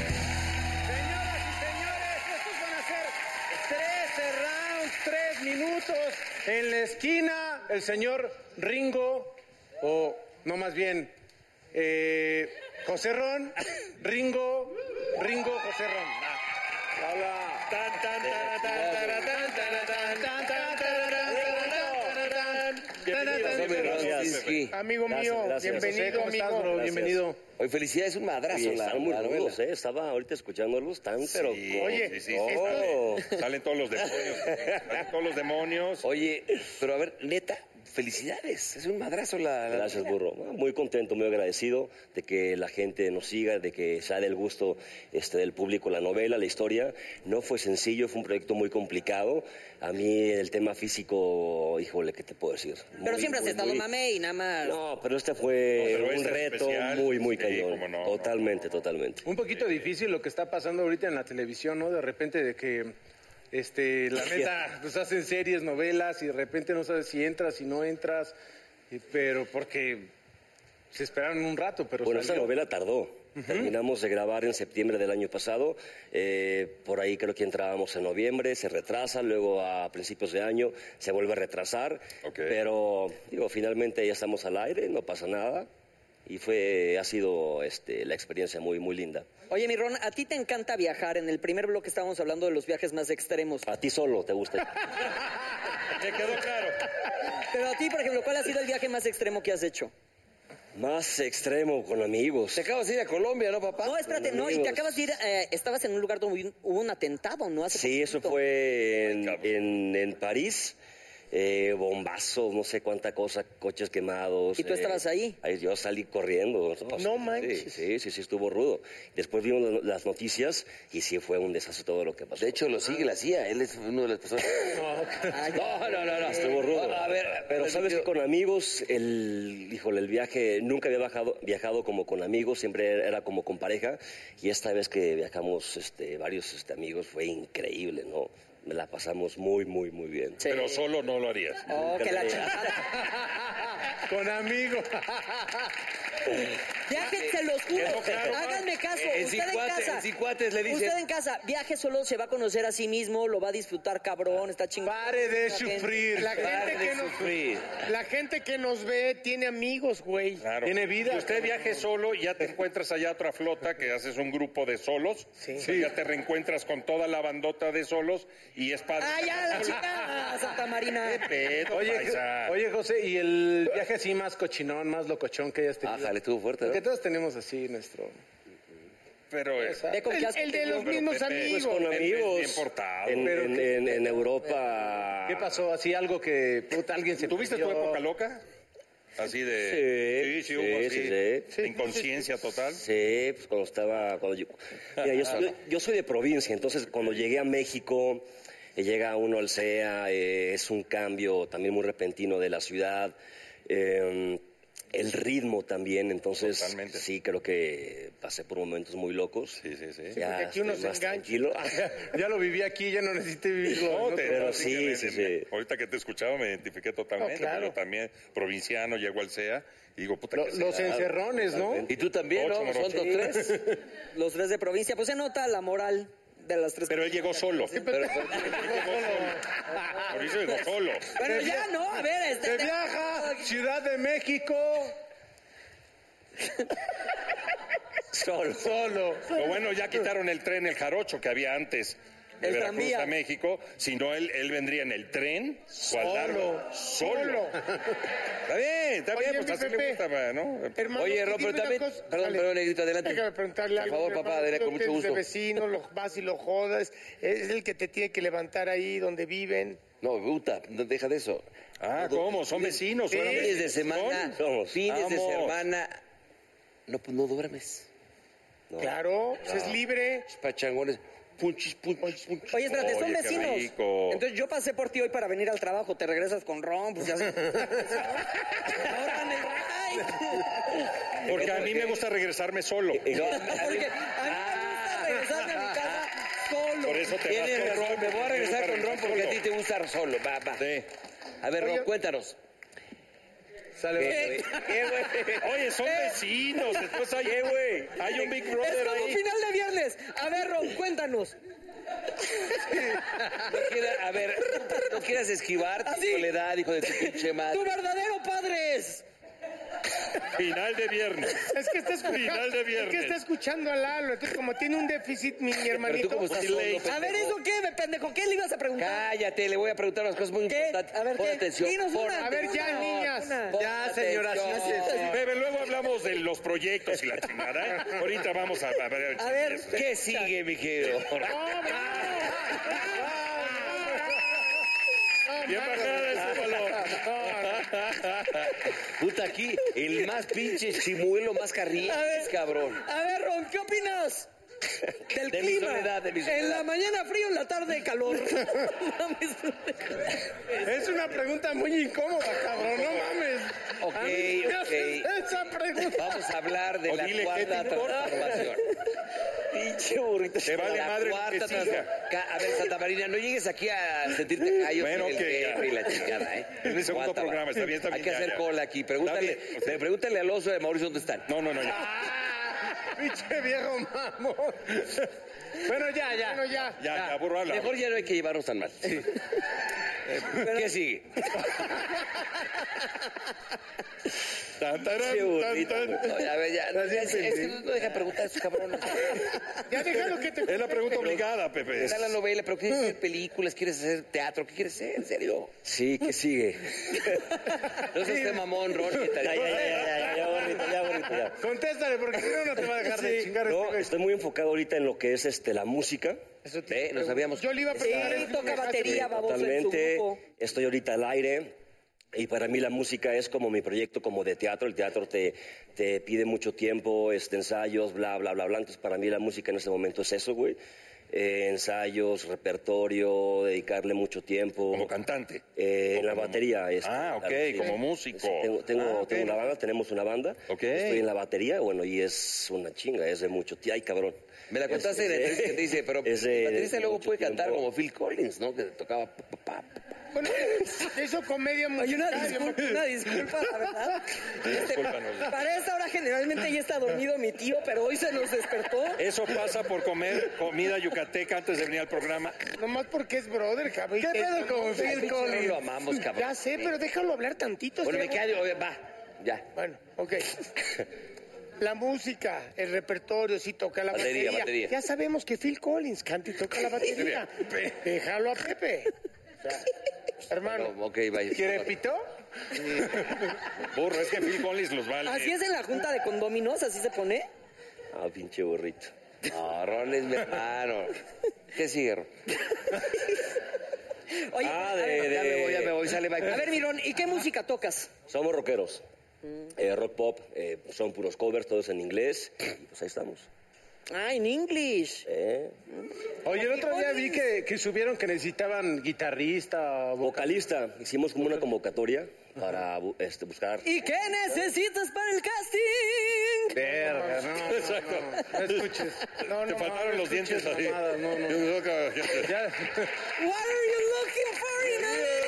Señoras y señores, estos van a ser 13 rounds, 3 minutos. En la esquina, el señor Ringo, o no más bien, eh, José Ron, Ringo, Ringo, José Ron. Ah. Hola. Tan, tan, tan, tan, tan, tan, tan, tan, tan, tan, tan, tan, tan, tan, tan, tan.
Rosinski.
Amigo
Gracias,
mío,
gracias.
bienvenido,
José, ¿cómo estás,
amigo,
bro? Gracias.
bienvenido.
Oye, felicidades, es un madrazo
Sí,
la,
están
la novela.
largos, eh, Estaba ahorita escuchando algo tan, pero...
Oye,
Sí, sí, sí,
Oh.
sale- Salen todos los demonios. Salen todos los demonios.
Oye, pero a ver, neta, felicidades. Es un madrazo la... la
Gracias,
novela.
burro. Muy contento, muy agradecido de que la gente nos siga, de que sea del gusto este, del público la novela, la historia. No fue sencillo, fue un proyecto muy complicado. A mí el tema físico, híjole, ¿qué te puedo decir?
Pero
Muy,
siempre has
muy,
estado
muy-
mame y nada más.
No, pero este fue
No, pero
un
este es
reto
especial.
muy, muy
Sí,
cañón.
cómo no, no.
totalmente, totalmente.
Un poquito difícil lo que está pasando ahorita en la televisión, ¿no? De repente de que, este, la neta, pues hacen series, novelas y de repente no sabes si entras, si no entras, y- pero porque se esperaron un rato, pero
Bueno, esta
salió.
novela tardó. Terminamos de grabar en septiembre del año pasado. eh, por ahí creo que entrábamos en noviembre, se retrasa, luego a principios de año se vuelve a retrasar.
Ok.
Pero, digo, finalmente ya estamos al aire, no pasa nada. Y fue, ha sido este, la experiencia muy, muy linda.
Oye, mi Ron, a ti te encanta viajar. En el primer bloque estábamos hablando de los viajes más extremos.
A ti solo te gusta.
¿Te quedó claro?
Pero a ti, por ejemplo, ¿cuál ha sido el viaje más extremo que has hecho?
Más extremo con amigos.
Te acabas de ir a Colombia, ¿no, papá?
No, espérate, no, y te
amigos.
acabas de ir, eh, estabas en un lugar donde hubo un- hubo un atentado, ¿no? Hace
Sí, eso
poquito.
fue en, en- en París. eh, bombazos, no sé cuánta cosa, coches quemados. eh,
¿Y tú estabas ahí?
ahí yo salí corriendo. No,
No
Sí,
manches.
Sí, sí, sí, estuvo rudo. Después vimos lo- las noticias y sí fue un desastre todo lo que pasó.
De hecho, lo sigue la CIA. Él es uno de las personas.
No, no, no, no, Este, estuvo rudo.
A ver,
pero sabes que con amigos, el, híjole, el viaje, nunca había bajado- viajado como con amigos, siempre era como con pareja, y esta vez que viajamos este, varios este, amigos fue increíble, ¿no? Me la pasamos muy, muy, muy bien.
Pero solo no lo harías.
Oh, que la chingada.
Con amigos.
Viajen, se los juro. Háganme caso.
Eh, en
Usted en
Cicuates,
casa.
en Cicuates le dicen-
Usted en casa. Viaje solo, se va a conocer a sí mismo, lo va a disfrutar, cabrón. Está chingón.
Pare de
La gente.
sufrir.
La gente,
Par
que
de
nos,
sufrir.
la gente que nos ve tiene amigos, güey.
Claro.
Tiene vida.
Si usted viaje solo, ya te encuentras allá otra flota que haces un grupo de solos. Sí. Ya te reencuentras con toda la bandota de solos y es padre.
¡Ah, ya, la chica! Santa Marina.
¡Qué pedo,
Oye,
paisa!
oye, José, ¿y el viaje así más cochinón, más locochón que hayas tenido?
Ájale, estuvo fuerte, ¿no?
Porque todos tenemos así nuestro...
pero eh,
Ve con qué
El,
asco
el de
te-
los mismos
Pepe,
amigos.
Pues con
Bien, bien,
amigos.
bien portado.
En,
Pero
en- en- en Europa.
¿Qué pasó? Así algo que puta, alguien se
¿Tuviste tu
perdió.
época loca? Así de...
Sí,
sí, hubo
sí,
así.
sí, sí.
de Inconsciencia total.
Sí, pues cuando estaba. Cuando yo, Mira, yo, soy, yo soy de provincia, entonces cuando llegué a México, eh, llega uno al CEA, eh, es un cambio también muy repentino de la ciudad. eh, el ritmo también, entonces
Totalmente.
sí creo que pasé por momentos muy locos.
Sí, sí, sí.
Ya
porque aquí uno
estoy
se
más
engancha.
tranquilo.
Ya lo viví aquí, ya no necesité vivirlo. en
No,
otro
te-
pero
no,
sí,
que
sí,
me-
sí.
me- Ahorita que te escuchaba me identifiqué totalmente,
No, claro.
pero también provinciano, llego al CEA y digo, puta,
Lo-
¿qué
los
será?
encerrones, ¿no?
Y tú también,
Ocho,
¿no?
morocho.
Son los tres.
Los tres de provincia. Pues se nota la moral de las tres.
Pero él llegó solo. Pero- Mauricio llegó solo.
Pero ya, ¿no? A ver, este.
¡Se viaja! ¡Ciudad de México!
Solo.
Solo.
Lo bueno, ya quitaron el tren, el jarocho que había antes de
El
Veracruz
tranvía.
a México. Si no, él, él vendría en el tren o al largo. Solo. Está bien, está
Oye,
bien, pues
mi
así le
Pepe.
gusta, ma, ¿no?
Hermano,
Oye, Ro,
y dime
pero
una
también-
cosa.
perdón,
Dale.
perdón, Negrito, adelante.
Déjame preguntarle
Por
algo,
favor,
mi
papá,
hermano,
dele,
tú
con
que
mucho
eres
gusto.
de vecino, lo vas y lo jodas. Es el que te tiene que levantar ahí donde viven.
No, puta, no, deja de eso.
Ah, ¿cómo? Son vecinos. son
Fines de
amigos.
semana,
Son- somos.
fines de
Vamos.
semana, no, pues no duermes.
Claro, pues es libre.
Los Pachangones, punchis, punchis, punchis.
Oye, espérate, son
Oye, qué
vecinos.
rico.
Entonces yo pasé por ti hoy para venir al trabajo. Te regresas con Ron, pues ya. Ahora me- ay.
Porque a mí me gusta regresarme solo.
Porque a mí me gusta regresarme a mi casa solo.
Por eso te
Tienes
vas con
razón,
Ron,
me voy a
porque te
regresar con Ron
gusta regresar
porque a
solo.
ti te gusta solo. Va, va. A ver, Ron, cuéntanos.
Sale.
Oye, son vecinos. Después hay, hay un Big Brother
es como
ahí.
final de viernes. A ver, Ron, cuéntanos.
No quieras- a ver, no quieras esquivar tu
Así.
soledad, hijo de tu pinche madre.
¡Tu verdadero padre es!
Final de viernes.
Es que está escuchando,
Final de
es que
viernes.
está escuchando a Lalo. Entonces, como tiene un déficit, mi, mi
Pero tú
hermanito.
como estás
Pues,
solo,
ley.
pendejo.
A ver, ¿eso qué, me pendejo? ¿Qué le ibas a preguntar?
Cállate, le voy a preguntar unas cosas muy
¿Qué?
importantes.
A ver,
Pon
¿qué?
atención.
Dinos
pon-
una,
A ver,
una,
ya, niñas.
una.
pon
Ah,
Ya, señora,
atención.
sí, sí, sí.
Bebe, luego hablamos de los proyectos y la chingada. ¿eh? Ahorita vamos a, a ver.
A ver,
¿Qué sigue, mi querido?
Bien bajada de balón.
Puta, aquí el más pinche chimuelo, más
A
carrillas,
ver.
cabrón.
A ver, Ron, ¿qué opinas? Del
De mi
clima.
soledad, de mi soledad.
En la mañana frío, en la tarde calor. Mames.
Es una pregunta muy incómoda, cabrón. No mames.
Ok,
A mí me haces
ok.
Esa pregunta.
Vamos a hablar de
O
la
dile, ¿qué
cuarta
te importa?
transformación.
Pinche burrito.
Te vale
la
madre lo
cuarta
que siga.
transformación. A ver, Santa Marina, no llegues aquí a sentirte callos
Bueno,
el
ok,
jefe
ya.
y la chingada, ¿eh?
Es mi segundo
Aguanta, va.
programa, está bien, está
Hay
bien,
que
ya,
hacer
ya.
cola aquí. Pregúntale, eh,
Está bien, o sea.
pregúntale al oso de Mauricio dónde están. Ah,
No, no, no. Ya,
Pinche viejo mamón. Bueno, ya, ya.
Bueno, ya.
ya, ya burro, habla.
Mejor ya no hay que llevarnos tan mal. Eh, ¿Qué sigue?
Tan, tarán,
Qué
tan,
bonito.
tan.
No, a ver, ya. no, es, es que no deja preguntar a esos cabrones.
Ya déjalo que te.
Es la pregunta obligada, Pepe.
Está la novela, pero ¿quieres hacer películas? ¿Quieres hacer teatro? ¿Qué quieres hacer? ¿En serio?
Sí, ¿qué sigue?
No seas este mamón, Ron. que te-
Ya, ya, ya, ya, ya, ya, burrito, ya, burrito, ya.
Contéstale, porque si no, no te va a dejar de
Sí,
chingar.
no, estoy muy enfocado ahorita en lo que es este, la música.
Eso te Nos habíamos...
Yo le iba a preguntar.
Sí,
eso,
toca
me dejaste-
batería, baboso, en su
Totalmente.
grupo.
Estoy ahorita al aire. Y para mí la música es como mi proyecto como de teatro. El teatro te, te pide mucho tiempo, este, ensayos, bla, bla, bla, bla. Entonces para mí la música en este momento es eso, güey. Eh, ensayos, repertorio, dedicarle mucho tiempo.
Como cantante.
Eh,
O
en la
como-
batería. este,
Ah, ok,
claro, sí.
como músico.
Sí, Tengo, tengo-
Ah, ok.
tengo una banda, tenemos una banda.
Ok.
Estoy en la batería, bueno, y es una chinga, es de mucho tiempo. Ay, cabrón.
Me la contaste en
Es-
la
es de-
entrevista que te dice, pero
es de-
el baterista
de
luego
Eh, mucho
puede cantar
tiempo.
como Phil Collins, ¿no? Que tocaba... pa, pa, pa, pa.
Bueno, eso comedia musical.
Oye, una disculpa, una disculpa, la verdad. Este,
Discúlpanos.
para esta hora generalmente ya está dormido mi tío, pero hoy se nos despertó.
Eso pasa por comer comida yucateca antes de venir al programa.
Nomás porque es brother, cabrón.
¿Qué pedo con Phil
Pinche
Collins?
no lo amamos, cabrón.
Ya sé, pero déjalo hablar tantito.
Bueno, me
este
queda... oye, Va, ya.
Bueno, ok. La música, el repertorio, sí toca la
Batería,
batería.
batería.
Ya sabemos que Phil Collins canta y toca la batería. Déjalo a Pepe. O sea, hermano,
No, ok, vaya.
¿Quiere pito?
Burro, es que Phil Collins los vale.
Así es en la junta de condóminos, así se pone.
Ah, pinche burrito.
No, Ron es mi hermano. ¿Qué sigue, Ron?
Oye,
Ah,
a,
de-
Eh,
ver,
Ya me voy, ya me voy, sale, bye.
a ver, Mirón, ¿y qué música tocas?
Somos rockeros.
Mm.
Eh, rock pop, eh, son puros covers, todos en inglés. Y pues ahí estamos.
Ah, en English.
¿eh?
Oye, el otro día vi que, que subieron que necesitaban guitarrista o
Vocalista, hicimos como una convocatoria para bu- este, buscar.
¿Y qué necesitas para el casting?
Verga, no, no,
Exacto.
no, no escuches. No,
Te
no,
faltaron
no, no
los dientes
escuches
así.
mamadas, No, no, Ya,
What are you looking for in a singer?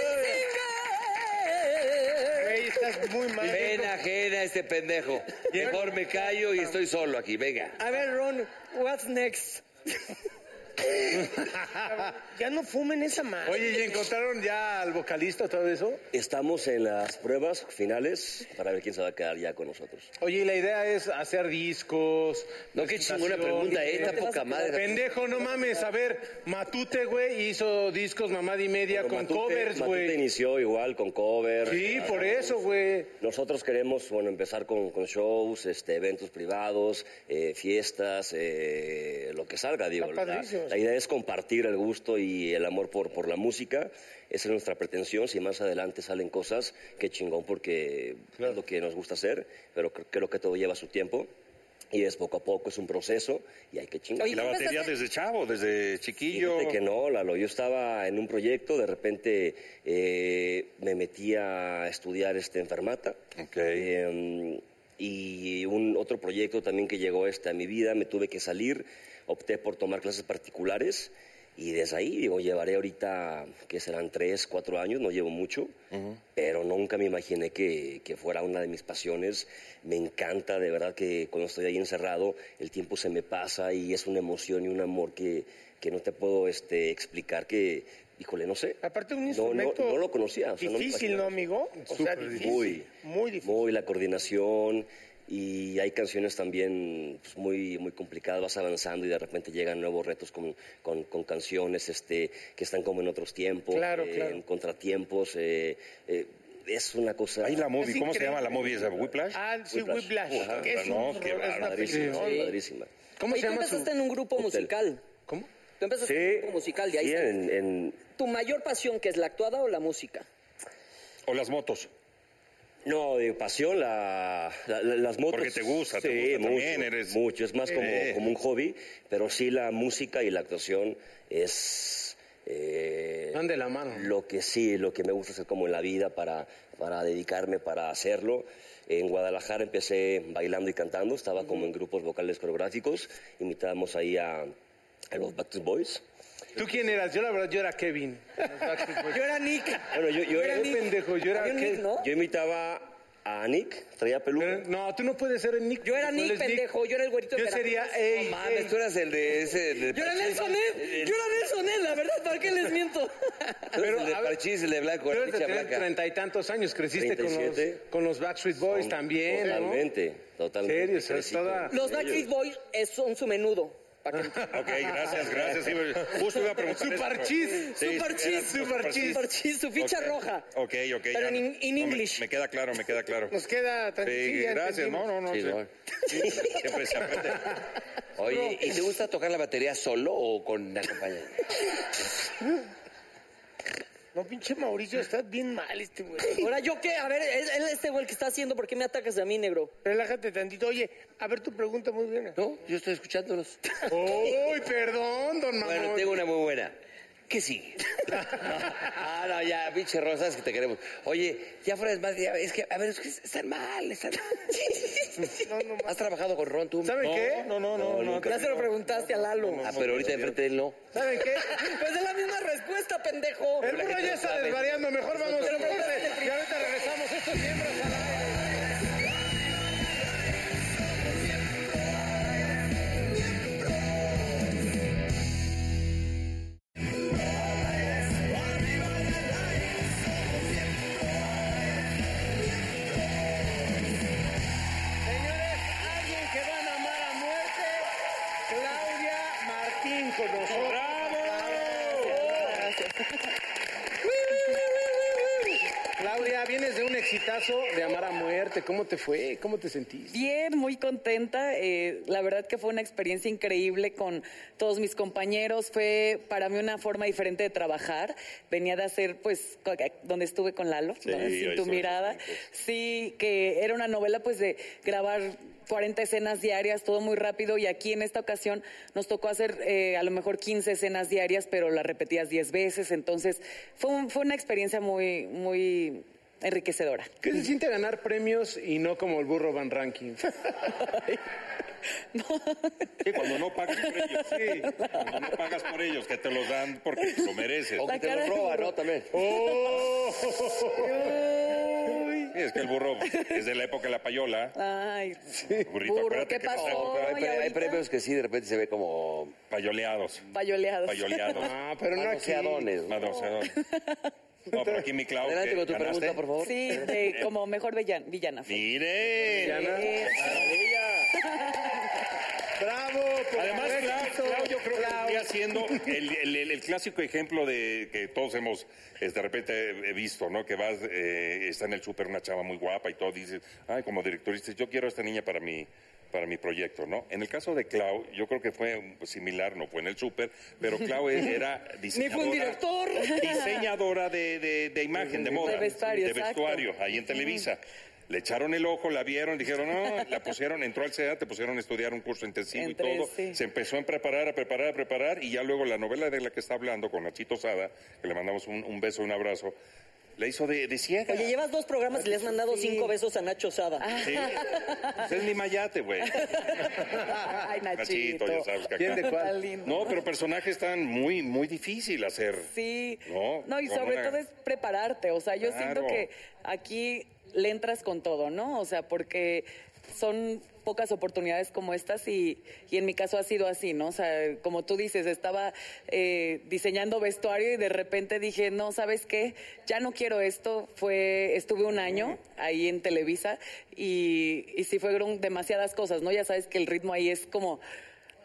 güey, estás muy mal.
Pena ajena a este pendejo. Mejor me callo y estoy solo aquí, venga.
A ver, Ron, what's next?
Ya no fumen esa madre.
Oye, ¿y encontraron ya al vocalista todo eso?
Estamos en las pruebas finales para ver quién se va a quedar ya con nosotros.
Oye, y la idea es hacer discos.
No, qué chingona
presentaciones.
pregunta, ¿eh? Está poca madre.
Pendejo, no mames. A ver, Matute, güey, hizo discos mamada y media
Bueno,
con
Matute-
covers,
Matute
güey.
inició igual con covers.
Sí,
Ah,
por eso, güey.
Nosotros queremos bueno, empezar con, con shows, este, eventos privados, eh, fiestas, eh, lo que salga, digo.
Está
La,
padrísimo.
la idea es compartir el gusto y el amor por, por la música. Esa es nuestra pretensión. Si más adelante salen cosas, qué chingón, porque es lo que nos gusta hacer, pero cre- creo que todo lleva su tiempo. Y es poco a poco, es un proceso y hay que chingar.
Oye,
Y la
¿cómo
batería
estás?
desde chavo, desde chiquillo.
Fíjate que no, Lalo. Yo estaba en un proyecto, de repente eh, me metí a estudiar este enfermata.
Ok.
Eh, y un otro proyecto también que llegó este a mi vida, me tuve que salir, opté por tomar clases particulares. Y desde ahí, digo, llevaré ahorita, que serán tres, cuatro años, no llevo mucho, pero nunca me imaginé que, que fuera una de mis pasiones. Me encanta, de verdad, que cuando estoy ahí encerrado, el tiempo se me pasa y es una emoción y un amor que, que no te puedo este, explicar, que, híjole, no sé.
Aparte un
No, no,
instrumento...
no lo conocía. o sea, no me
difícil, ¿no,
imaginaba.
amigo? O sea, difícil.
Muy,
muy difícil.
Muy la coordinación y hay canciones también pues, muy, muy complicadas, vas avanzando y de repente llegan nuevos retos con, con- con canciones este, que están como en otros tiempos,
Claro,
eh,
claro.
en contratiempos. eh, eh, es una cosa...
Ahí la
Es
movie, ¿cómo se
increíble.
llama la movie esa? ¿Whiplash?
Ah, sí,
Whiplash.
Whiplash.
Puta,
que es un
no,
horror,
qué
es una
bárbaro.
Padrísima,
película.
padrísima.
¿Cómo
Oye,
se
tú
llama su...?
empezaste en un grupo
Hotel.
musical.
¿Cómo?
Tú empezaste en un grupo musical, de ahí
sí,
está.
en- en,
¿Tu mayor pasión que es la actuada o la música?
O las motos.
No, de pasión, la, la- la- las motos.
Porque te gusta, te gusta también, eres-
Mucho, es más como,
Eh.
como un hobby, pero sí la música y la actuación es... eh,
Van de la mano.
Lo que sí, lo que me gusta hacer como en la vida para, para dedicarme, para hacerlo. En Guadalajara empecé bailando y cantando, estaba como en grupos vocales coreográficos, invitábamos ahí a, a los Backstreet Boys.
¿Tú quién eras? Yo, la verdad, yo era Kevin. Los Backstreet Boys.
Yo era Nick.
Bueno, yo, yo,
Yo era
yo,
un pendejo, yo era
Había un Nick,
Kevin.
¿no?
imitaba a Nick, traía peluca.
Eh, No, tú no puedes ser el Nick.
Yo era
Tú eres
Nick, pendejo. Yo era el güerito de
Yo sería
Veracruz.
Ey.
No mames, tú eras el de ese... el de
Yo era
Parchís.
Nelson
¿eh?
Ed. Yo era Nelson Ed, la verdad, ¿para qué les miento?
Tú eras el de
a ver,
Parchís, el de blanco,
Tú
la
eres de
ficha
tener
blanca.
treinta y tantos años, creciste con los,
37.
con los Backstreet Boys también, ¿no?
Totalmente, totalmente.
serio, o sea,
Crecí
toda-
con-
Los Backstreet Boys es- son su menudo. para que...
Ok, gracias, gracias. sí, justo iba a preguntar.
Su
eso, pero-
parchís, su
era
parchís, su parchís.
Parchís, su ficha
Ok,
roja.
Ok, ok.
Pero
ya
en
no-
in- in
no, me-
English.
Me, queda claro, me queda claro.
Nos queda
Sí,
tranquilo.
gracias. No, no, no.
Sí,
sí.
no.
Sí, siempre se aprende.
Oye, ¿y te gusta tocar la batería solo o con la compañía?
No, pinche Mauricio, estás bien mal este güey.
Ahora, ¿yo qué? A ver, es- él este güey el que está haciendo, ¿por qué me atacas a mí, negro?
Relájate tantito. Oye, a ver tu pregunta muy bien.
No, yo estoy escuchándolos.
Uy, perdón, don Manuel.
Bueno, tengo una muy buena. ¿Qué sigue? ah, no, ya, pinche Rosas, que te queremos. Oye, ya fuera de más, es que, a ver, es que están mal, están mal. ¿Has trabajado con Ron tú?
¿Saben qué?
No, no, no. no,
Ya se lo preguntaste a Lalo.
Ah, pero ahorita enfrente de él no.
¿Saben qué?
Pues es la misma respuesta, pendejo. Pues
El burro ya está desvariando. Mejor vamos a
este
corte. Y ahorita regresamos. Esto es Miembros al Aire.
Señores, alguien que van a amar a muerte, Claudia Martín con nosotros. Claudia, vienes de un exitazo de amar a muerte. ¿Cómo te fue? ¿Cómo te sentiste?
Bien, muy contenta. eh, la verdad que fue una experiencia increíble con todos mis compañeros. Fue para mí una forma diferente de trabajar. Venía de hacer, pues, co- donde estuve con Lalo,
Sí,
¿no?
ahí
sin tu
estuve.
mirada. Sí, que era una novela, pues, de grabar 40 escenas diarias, todo muy rápido. Y aquí en esta ocasión nos tocó hacer eh, a lo mejor 15 escenas diarias, pero las repetías 10 veces. Entonces, fue, un- fue una experiencia muy, muy enriquecedora.
¿Qué se siente ganar premios y no como el burro Van Ranking?
Sí, Cuando no pagas por ellos. Sí. Cuando no pagas por ellos, que te los dan porque lo mereces. Oh.
O que
La
te
cara
los
de
roba,
burro.
¿no? También.
Sí, es que el burro es de la época de la payola.
Ay,
Burrito,
burro,
acuérdate
¿qué
que pasó,
pasó?
Pero hay,
¿Y
pre- hay
ahorita?
premios que sí, de repente se ve como
Payoleados.
Payoleados.
Payoleados.
Ah, pero no aquí.
manoseadones. ¿no?
Madoceador. No, pero aquí mi Clau.
Adelante
que
con tu
ganaste. Eh,
pregunta, por favor.
Sí, de- como mejor villan- villana. fue.
Mire.
Eh,
Bravo, por
Además,
haber
Clau,
escrito,
Clau, yo creo que
Clau.
vendría siendo el, el- el- el clásico ejemplo de que todos hemos eh, de repente eh, visto, ¿no? Que vas, eh, está en el súper una chava muy guapa y todo, dices, ay, como director, dices, yo quiero a esta niña para mi, para mi proyecto, ¿no? En el caso de Clau, yo creo que fue um, similar, no fue en el súper, pero Clau era
Ni
diseñadora.
fue un director.
diseñadora de, de- de imagen, de moda.
vestuario,
de
exacto.
vestuario, ahí en Televisa. Le echaron el ojo, la vieron, dijeron, no, la pusieron, entró al CEA, te pusieron a estudiar un curso intensivo
Entre,
y todo.
sí.
Se empezó a preparar, a preparar, a preparar, y ya luego la novela de la que está hablando con Nachito Sada, que le mandamos un, un beso, un abrazo, la hizo de, de ciega.
Oye, llevas dos programas y le has mandado cinco besos a Nacho Sada.
Ah. Sí. Pues es mi mayate, güey.
Ay, Nachito.
Nachito, ya sabes que acá-
¿Quién de cuál?
Tan lindo.
No, pero personajes están muy, muy difícil hacer.
Sí.
No,
No, y
con
sobre
una-
todo es prepararte. O sea, yo
Claro.
siento que aquí le entras con todo, ¿no? O sea, porque son pocas oportunidades como estas y, y en mi caso ha sido así, ¿no? O sea, como tú dices, estaba eh, diseñando vestuario y de repente dije, no, ¿sabes qué? Ya no quiero esto. Fue, estuve un año ahí en Televisa y, y sí fueron demasiadas cosas, ¿no? Ya sabes que el ritmo ahí es como,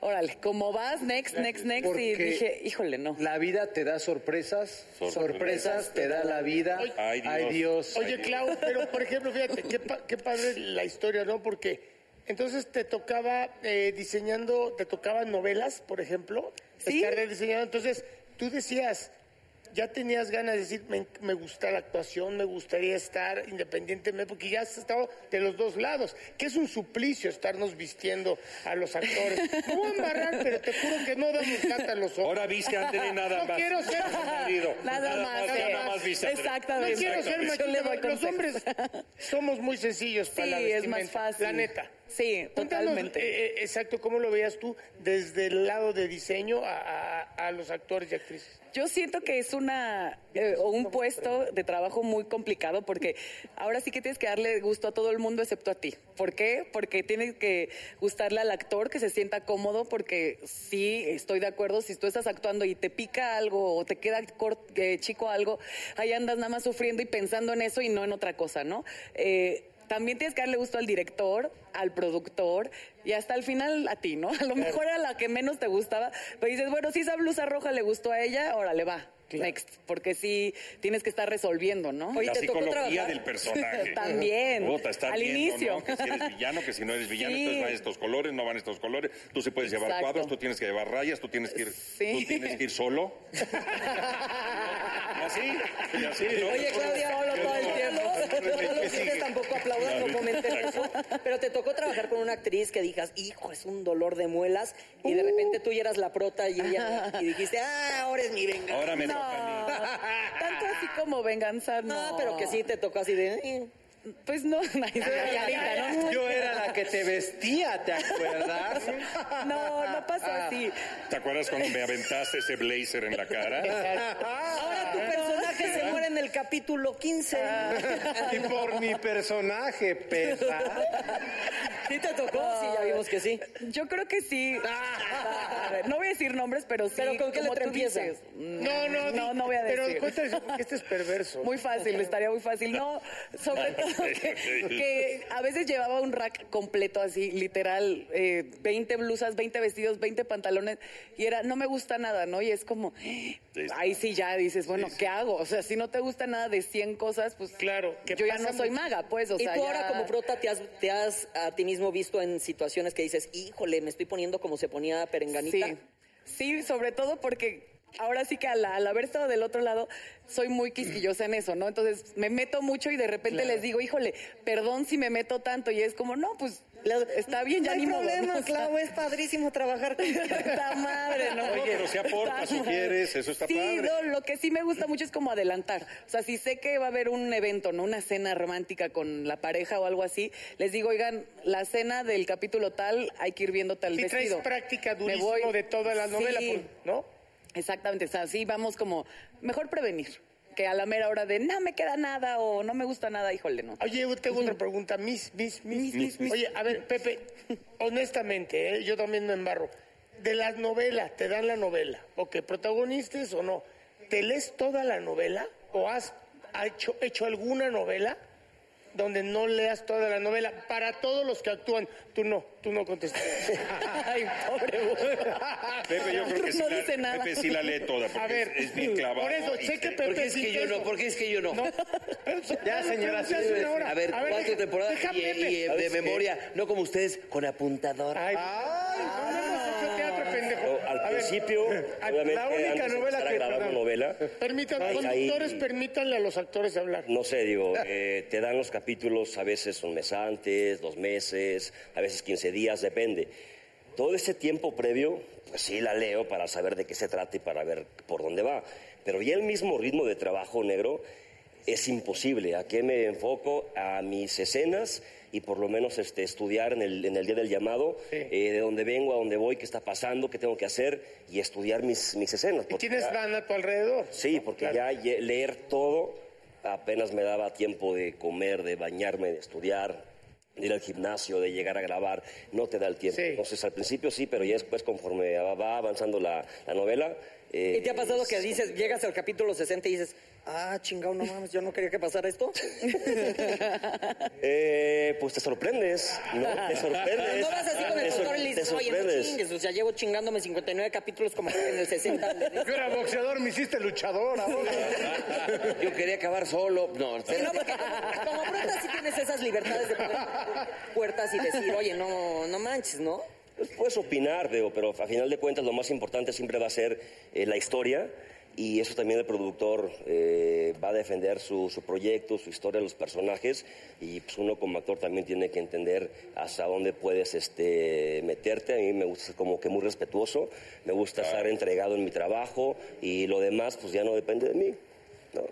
órale, como vas, next, next, next. Y
Porque-
dije, híjole, no.
La vida te da sorpresas,
Sorpresas.
sorpresas te da la vida.
Ay, Dios.
Oye,
Oye, Clau, pero por ejemplo, fíjate, qué, pa- qué padre la historia, ¿no? Porque entonces te tocaba eh, diseñando, te tocaba novelas, por ejemplo,
Sí.
estar rediseñando. Entonces, tú decías, ya tenías ganas de decir, me, me gusta la actuación, me gustaría estar independientemente, porque ya has estado de los dos lados, que es un suplicio estarnos vistiendo a los actores. No voy a embarrar, pero te juro que no damos lata a los ojos.
Ahora viste a André nada
No
más.
quiero ser-
Tu marido.
Nada más,
Nada
eh.
más, viste a André.
Exactamente.
No quiero ser
Exactamente. Yo le doy
machista. Los
contexto.
hombres somos muy sencillos para
Sí,
la
es más
vestimenta,
fácil.
La neta.
Sí,
Cuéntanos,
totalmente.
eh, eh, exacto, ¿cómo lo veías tú desde el lado de diseño a, a- a los actores y actrices?
Yo siento que es una eh, o un puesto de trabajo muy complicado porque ahora sí que tienes que darle gusto a todo el mundo excepto a ti. ¿Por qué? Porque tiene que gustarle al actor que se sienta cómodo porque sí, estoy de acuerdo, si tú estás actuando y te pica algo o te queda cor- eh, chico algo, ahí andas nada más sufriendo y pensando en eso y no en otra cosa, ¿no? Eh, también tienes que darle gusto al director, al productor y hasta el final a ti, ¿no? A lo mejor a la que menos te gustaba, pero dices, bueno, si esa blusa roja le gustó a ella, órale, va. Next, porque sí tienes que estar resolviendo, ¿no?
la psicología del personaje.
También.
Puta, estar
Al
viendo,
inicio.
¿no? Que si eres villano, que si no eres villano,
Sí.
entonces van estos colores, no van estos colores. Tú sí puedes llevar
Exacto.
cuadros, tú tienes que llevar rayas, tú tienes que ir,
Sí.
tú tienes que ir solo. Y así, y así, ¿no?
Oye, Claudia,
Solo todo el tiempo.
No los hijas tampoco aplaudan o comenten eso. Pero te tocó trabajar con una actriz que digas, hijo, es un dolor de muelas. Y
Uh.
de repente tú ya eras la prota y ella no. Y dijiste, ah, ahora es mi venganza.
Ahora me
No,
toca a mí.
tanto así como venganza, no.
No, pero que sí te tocó así de. "Eh".
Pues no, nadie se ve ahorita, ¿no?
Yo era la que te vestía, ¿te acuerdas?
No, no pasó así.
¿Te acuerdas cuando me aventaste ese blazer en la cara?
Ahora tu personaje se muere en el capítulo 15.
Ah.
Y por mi personaje, pesa.
¿Sí te tocó? Sí, ya vimos que sí.
Yo creo que sí. A ver, No voy a decir nombres, pero sí.
¿Pero con qué
como
letra
tú
empieza?
dices.
No, no,
Mm, No,
di-
no voy a
Pero
decir.
cuéntales, porque este es perverso.
Muy fácil, estaría muy fácil. No, sobre todo que, que a veces llevaba un rack completo así, literal, eh, 20 blusas, 20 vestidos, 20 pantalones, y era, no me gusta nada, ¿no? Y es como, ahí sí ya dices, bueno, ¿qué hago? O sea, si no te gusta nada de 100 cosas, pues
Claro, que
yo ya
pasa
no soy maga, pues, o
y
sea,
tú ahora
ya-
como prota te has, te has a ti mismo visto en situaciones que dices, híjole, me estoy poniendo como se ponía Perenganita.
Sí, sí, sobre todo porque ahora sí que al, al haber estado del otro lado, soy muy quisquillosa en eso, ¿no? Entonces me meto mucho y de repente les digo, híjole, perdón si me meto tanto. Y es como, no, pues está bien, ya
no
ni
hay
modo,
problema,
¿no? O sea,
Clau, es padrísimo trabajar con
Está madre, ¿no?
Oye, pero se aporta,
Está
si
madre.
quieres, eso está
sí,
padre.
no, lo que sí me gusta mucho es como adelantar. O sea, si sé que va a haber un evento, ¿no? Una cena romántica con la pareja o algo así, les digo, oigan, la cena del capítulo tal, hay que ir viendo tal
Sí, traes
vestido.
práctica
Me
durísimo
voy-
de toda la novela,
Sí.
pues, ¿no?
Exactamente, o sea, sí, vamos como, mejor prevenir, que a la mera hora de, no me queda nada o no me gusta nada, híjole, no.
Oye, yo tengo otra pregunta. Mis, mis, mis, Oye, a ver, Pepe, honestamente, ¿eh? yo también me embarro. De las novelas, te dan la novela. Ok, protagonistas o no. ¿Te lees toda la novela? ¿O has ha hecho, hecho alguna novela donde no leas toda la novela? Para todos los que actúan, tú no, tú no contestas.
Ay, pobre güey.
Pepe, yo creo que sí,
No
la,
dice nada.
Pepe sí la lee toda, porque
A ver,
es, es bien clavado.
Por eso,
y-
sé que Pepe
¿Por qué es
sí
que yo
eso.
no? ¿Por qué es que yo no?
Ya, señora,
Ya
sí,
hace una
sí.
hora.
A ver, cuatro
deja-
temporadas
deja
y- y,
Pepe.
eh, de memoria. No como ustedes, con Ah. apuntadora.
Ay, no, no hemos hecho teatro, pendejo.
Ah, Al
A ver,
principio, obviamente,
la única
antes de
novela
empezar a
que-
grabar una novela,
Permítanme,
Ay, ahí-
conductores, permítanle a los actores hablar.
no sé, digo, eh, te dan los capítulos a veces un mes antes, dos meses, a veces 15 días, depende. Todo ese tiempo previo, pues sí la leo para saber de qué se trata y para ver por dónde va. Pero ya el mismo ritmo de trabajo negro es imposible. ¿A qué me enfoco? A mis escenas y por lo menos este, estudiar en el, en el día del llamado, eh, de dónde vengo, a dónde voy, qué está pasando, qué tengo que hacer y estudiar mis, mis escenas.
¿Y
porque
tienes
ya-
van a tu alrededor?
Sí, porque ya
Claro.
ye- leer todo apenas me daba tiempo de comer, de bañarme, de estudiar, de ir al gimnasio, de llegar a grabar. No te da el tiempo.
Sí.
Entonces, al principio sí, pero ya después, conforme va- va avanzando la, la novela. eh,
¿Y te ha pasado que dices, llegas al capítulo 60 y dices, ah, chingado, no mames, yo no quería que pasara esto?
eh, pues te sorprendes, ¿no? Te sorprendes.
no vas así con el
Te sor-
doctor y le
Te
dices, oye, no
sorprendes.
chingues, o sea, llevo chingándome 59 capítulos como en el 60. le dices.
Yo era boxeador, me hiciste luchador ahora.
Yo quería acabar solo. No,
Sí, no, porque como pronto sí tienes esas libertades de poder abrir puertas y decir, oye, no, no manches, ¿no?
Pues puedes opinar, veo, pero a final de cuentas lo más importante siempre va a ser eh, la historia y eso también el productor eh, va a defender su, su proyecto, su historia, los personajes y pues uno como actor también tiene que entender hasta dónde puedes este, meterte. A mí me gusta ser como que muy respetuoso, me gusta estar entregado en mi trabajo y lo demás pues ya no depende de mí. ¿no?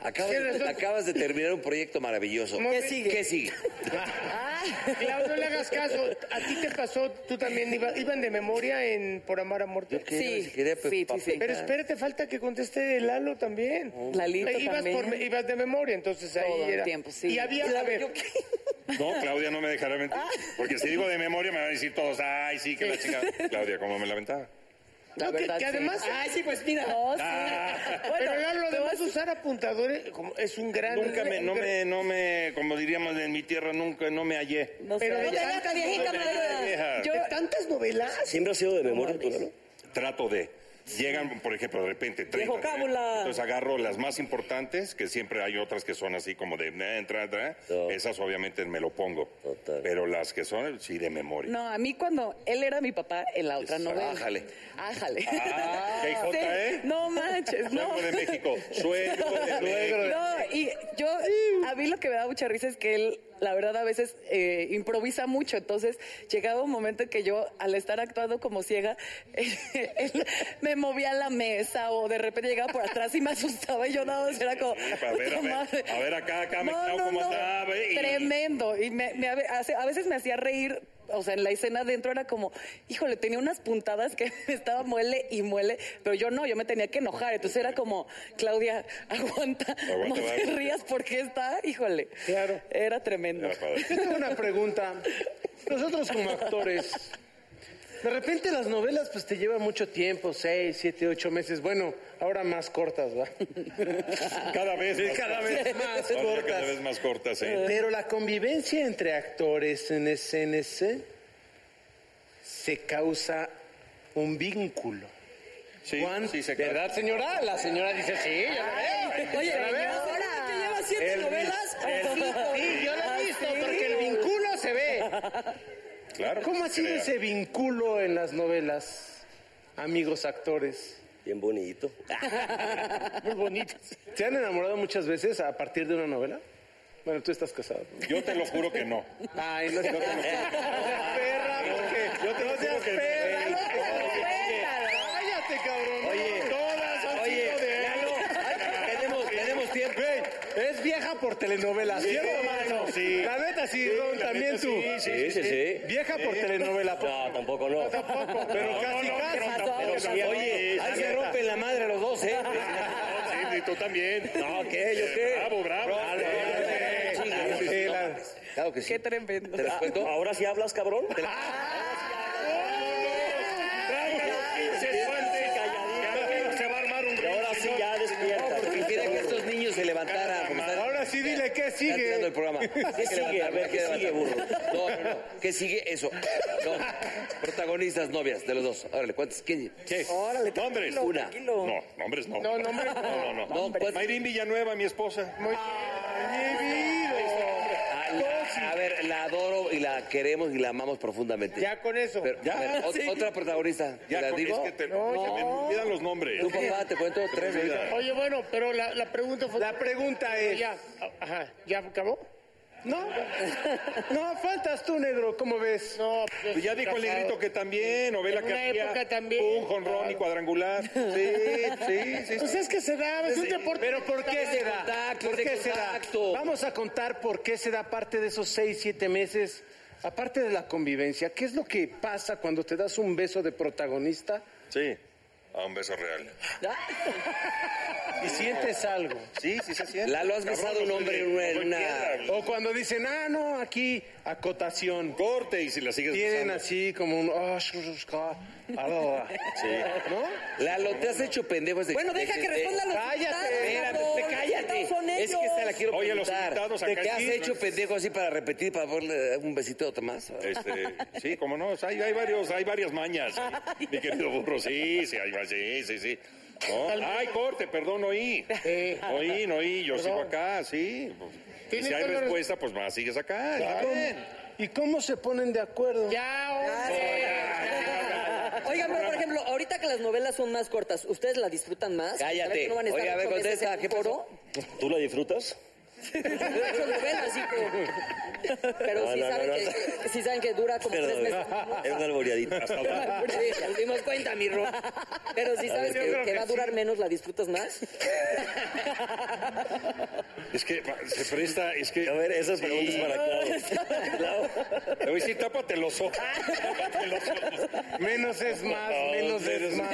Acabas, acabas de terminar un proyecto maravilloso.
No,
¿Qué
sí.
sigue? ¿Qué sigue?
Ah,
Claudio, Ah, no le hagas caso. ¿A ti te pasó? ¿Tú también iba- iban de memoria en Por Amar a Muerte?
¿Qué?
Sí,
Si quería, pues,
sí, sí,
papá.
sí.
Pero espérate, falta que conteste Lalo también.
Lalito
Eh, ibas
también.
por me- ibas de memoria, entonces ahí
Todo el
era.
tiempo, sí.
Y había, a ver,
No, Claudia no me dejará
Ah.
mentir. Porque si digo de memoria me van a decir todos, ay, sí, que la chica. Claudia, ¿cómo me la aventaba?
La
No, que-
verdad,
que además-
Ay, sí, pues mira.
No, sí. Bueno,
Pero Lalo,
te voy a
además usar apuntadores eh, como- es un gran...
Nunca me,
un
no
gran-
me, no me, como diríamos en mi tierra, nunca, no me hallé.
No
Pero
sé.
no te hagas
Tantas
viejita,
novelas.
madre.
Yo-
De tantas novelas.
Siempre ha sido de memoria natural.
Trato de. Llegan, por ejemplo, de repente 30.
Viejo cábula.
Entonces agarro las más importantes, que siempre hay otras que son así como de eh, entra, entra.
No.
Esas obviamente me lo pongo.
Total.
Pero las que son, sí, de memoria.
No, a mí cuando él era mi papá en la otra
Eso,
novela.
Pues, ájale.
Ájale.
Ah, JJ,
Sí,
¿eh?
No manches, no.
Suegro de México. Suegro de México.
No, y yo, a mí lo que me da mucha risa es que él, la verdad, a veces eh, improvisa mucho. Entonces, llegaba un momento en que yo, al estar actuando como ciega, él me movía a la mesa o de repente llegaba por atrás y me asustaba. Y yo nada más era como.
Sí, a ver,
"Puta
a ver,
madre".
a ver acá, acá, me quitaba como andaba, ve, y-
Tremendo. Y me, me ave- hace- a veces me hacía reír. O sea, en la escena adentro era como, híjole, tenía unas puntadas que me estaba muele y muele, pero yo no, yo me tenía que enojar. Entonces era como, Claudia, aguanta, no
Aguanta,
te
aguanta.
rías porque está, híjole.
Claro.
Era tremendo.
Era padre.
Yo tengo una pregunta. Nosotros como actores, de repente las novelas pues te llevan mucho tiempo, seis, siete, ocho meses. Bueno, ahora más cortas, ¿va?
Cada vez más
Cada vez más
Ahora ya
cortas.
Cada vez más cortas, sí.
Pero la convivencia entre actores en SNC se causa un vínculo.
Sí,
Juan,
sí, se causa.
¿verdad, señora? La señora dice, sí, yo la veo.
Oye,
yo la veo.
ahora que lleva siete
El-
novelas. ojito.
Ah, Sí, yo la he
Ay,
visto,
sí.
porque el vínculo se ve.
Claro.
¿Cómo ha sido
Crea.
ese vínculo en las novelas, amigos actores?
Bien bonito.
Muy bonito. ¿Se han enamorado muchas veces a partir de una novela? Bueno, tú estás casado.
Yo te lo juro que no.
Ay, no seas no seas perra, porque yo te no seas perra. no seas- Cállate, cabrón.
Oye,
todas han
oye,
sido de
Lalo, tenemos, tenemos tiempo.
Güey, es vieja por telenovela, ¿sí, hermano?
sí.
La neta, sí,
Sí,
Ron,
la
también
neta,
tú.
sí,
sí, sí,
Eh,
sí.
Vieja por telenovela.
No, tampoco no.
Tampoco, pero casi, casi.
Pero sí, oye, ahí se rompen la madre los dos, ¿eh?
Sí, y tú también.
No, ¿qué? ¿Yo qué?
Bravo, bravo.
Claro,
Sí, la-
Claro que sí.
Qué tremendo.
¿Te las cuento? Ah, ¿Ahora sí hablas, cabrón? Ah, Te la- Y ahora sí ya despierta.
Quisiera que estos niños se levantaran. porque están-
Ahora sí, dile qué
Está tirando el
sigue.
programa.
¿Qué sigue? A ver, ¿qué sigue, burro?
No, no, no. ¿Qué sigue? Eso. No. Protagonistas, novias, de los dos. Órale, ¿cuántas? ¿Quién?
Órale, nombres.
Una.
No, nombres no. No, nombres no. No, no,
¿cuántas?
Mayrín Villanueva, mi esposa.
Ah, la- a ver, la adoro y la queremos y la amamos profundamente.
Ya con eso.
Pero, a ver, ot- Otra protagonista. ¿Te
Ya,
la
con-
digo?
es que te, se me olvidan los nombres.
Tu papá, te cuento tres. ahorita.
Oye, bueno, pero la, la pregunta fue...
La pregunta es...
Ya, ajá, ¿ya acabó?
No, no, faltas tú, negro, ¿cómo ves?
No,
Pues ya dijo el negrito que también, novela
En
que
una
hacía,
época también.
Un jonrón y cuadrangular. Sí, sí, sí.
Pues es que se da, es un deporte...
Pero ¿por qué se da?
contacto,
¿Por
de
qué se da?
contacto.
Vamos a contar por qué se da parte de esos seis, siete meses, aparte de la convivencia. ¿Qué es lo que pasa cuando te das un beso de protagonista
Sí. A un beso real.
y sientes algo?
Sí, sí se siente.
Lalo, ¿has besado a un hombre en una- en una...?
O cuando dicen, ah, no, aquí, acotación.
Corte y si la sigues
Tienen
besando.
así como un... "Ah, shu, shu, shu, ah, ah, ah". ¿No?
Lalo, te has hecho pendejo desde...
Bueno, deja
desde-
que responda los
Cállate.
Espérate,
invitados,
te
cabrón.
cállate.
Invitados son
Es que
ellos.
esta la quiero
Oye, los
preguntar.
invitados acá
¿Te has
sí,
hecho
¿no?
pendejo así para repetir, para darle un besito a Tomás?
Este, sí, como no, hay, hay varios, hay varias mañas, mi- mi querido burro, sí, sí, hay, sí, sí, sí. No, Ay, corte, perdón, oí. Oí, no oí, yo sigo acá, sí. Y
Tiene
si hay
todos los-
respuesta, pues más sigues acá. está bien.
¿Y cómo se ponen de acuerdo?
Ya, hombre.
Ah, Oigan, pero por ejemplo, ahorita que las novelas son más cortas, ¿ustedes la disfrutan más? ¿Saben que
Cállate.
no van a estar
Oye, a ver,
ocho meses
contesta,
en
¿qué
un foro?
pasó?
¿Tú la disfrutas?
Ocho novelas, hijo. Pero
No,
sí,
no, no,
saben
no.
que, sí saben que dura como tres
Perdón,
meses.
es una alboreadita.
Sí, nos dimos cuenta, mi Ron. Pero sí sabes que, que va a durar menos, ¿la disfrutas más?
Es que pa- se presta, es que.
A ver, esas preguntas para Clau. Clau.
Le voy a decir, tápate los ojos. Tápate los ojos.
Menos es más, menos es más.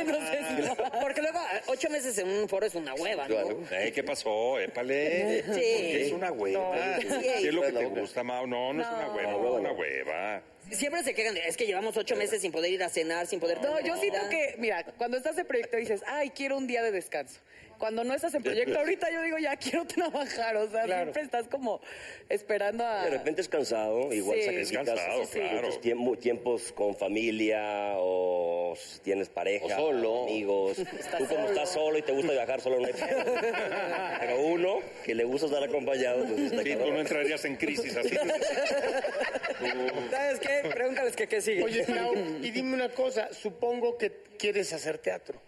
Porque luego ah, ocho meses en un foro es una hueva, ¿no?
Eh, ¿Qué pasó? Épale.
Sí.
Es una hueva.
sí.
¿Qué es lo que
La
te
boca.
gusta, Mao? No, no, es una hueva, no, es una hueva.
Siempre se quejan de, es que llevamos ocho meses sin poder ir a cenar, sin poder...
No, yo siento que, mira, cuando estás en proyecto dices, ay, quiero un día de descanso. Cuando no estás en proyecto, ahorita yo digo, ya quiero trabajar. O sea, siempre estás como esperando a.
De repente es cansado, igual
Sí.
sacrificas
Es cansado,
muchos
claro.
tiempo- tiempos con familia o si tienes pareja,
O solo.
amigos. Tú como estás solo y te gusta viajar solo, no hay problema. Pero uno que le gusta estar acompañado, pues está
Sí, tú no
cabrón.
entrarías en crisis así.
¿Sabes qué? Pregúntales que qué sigue.
Oye, Clau, y dime una cosa, supongo que quieres hacer teatro.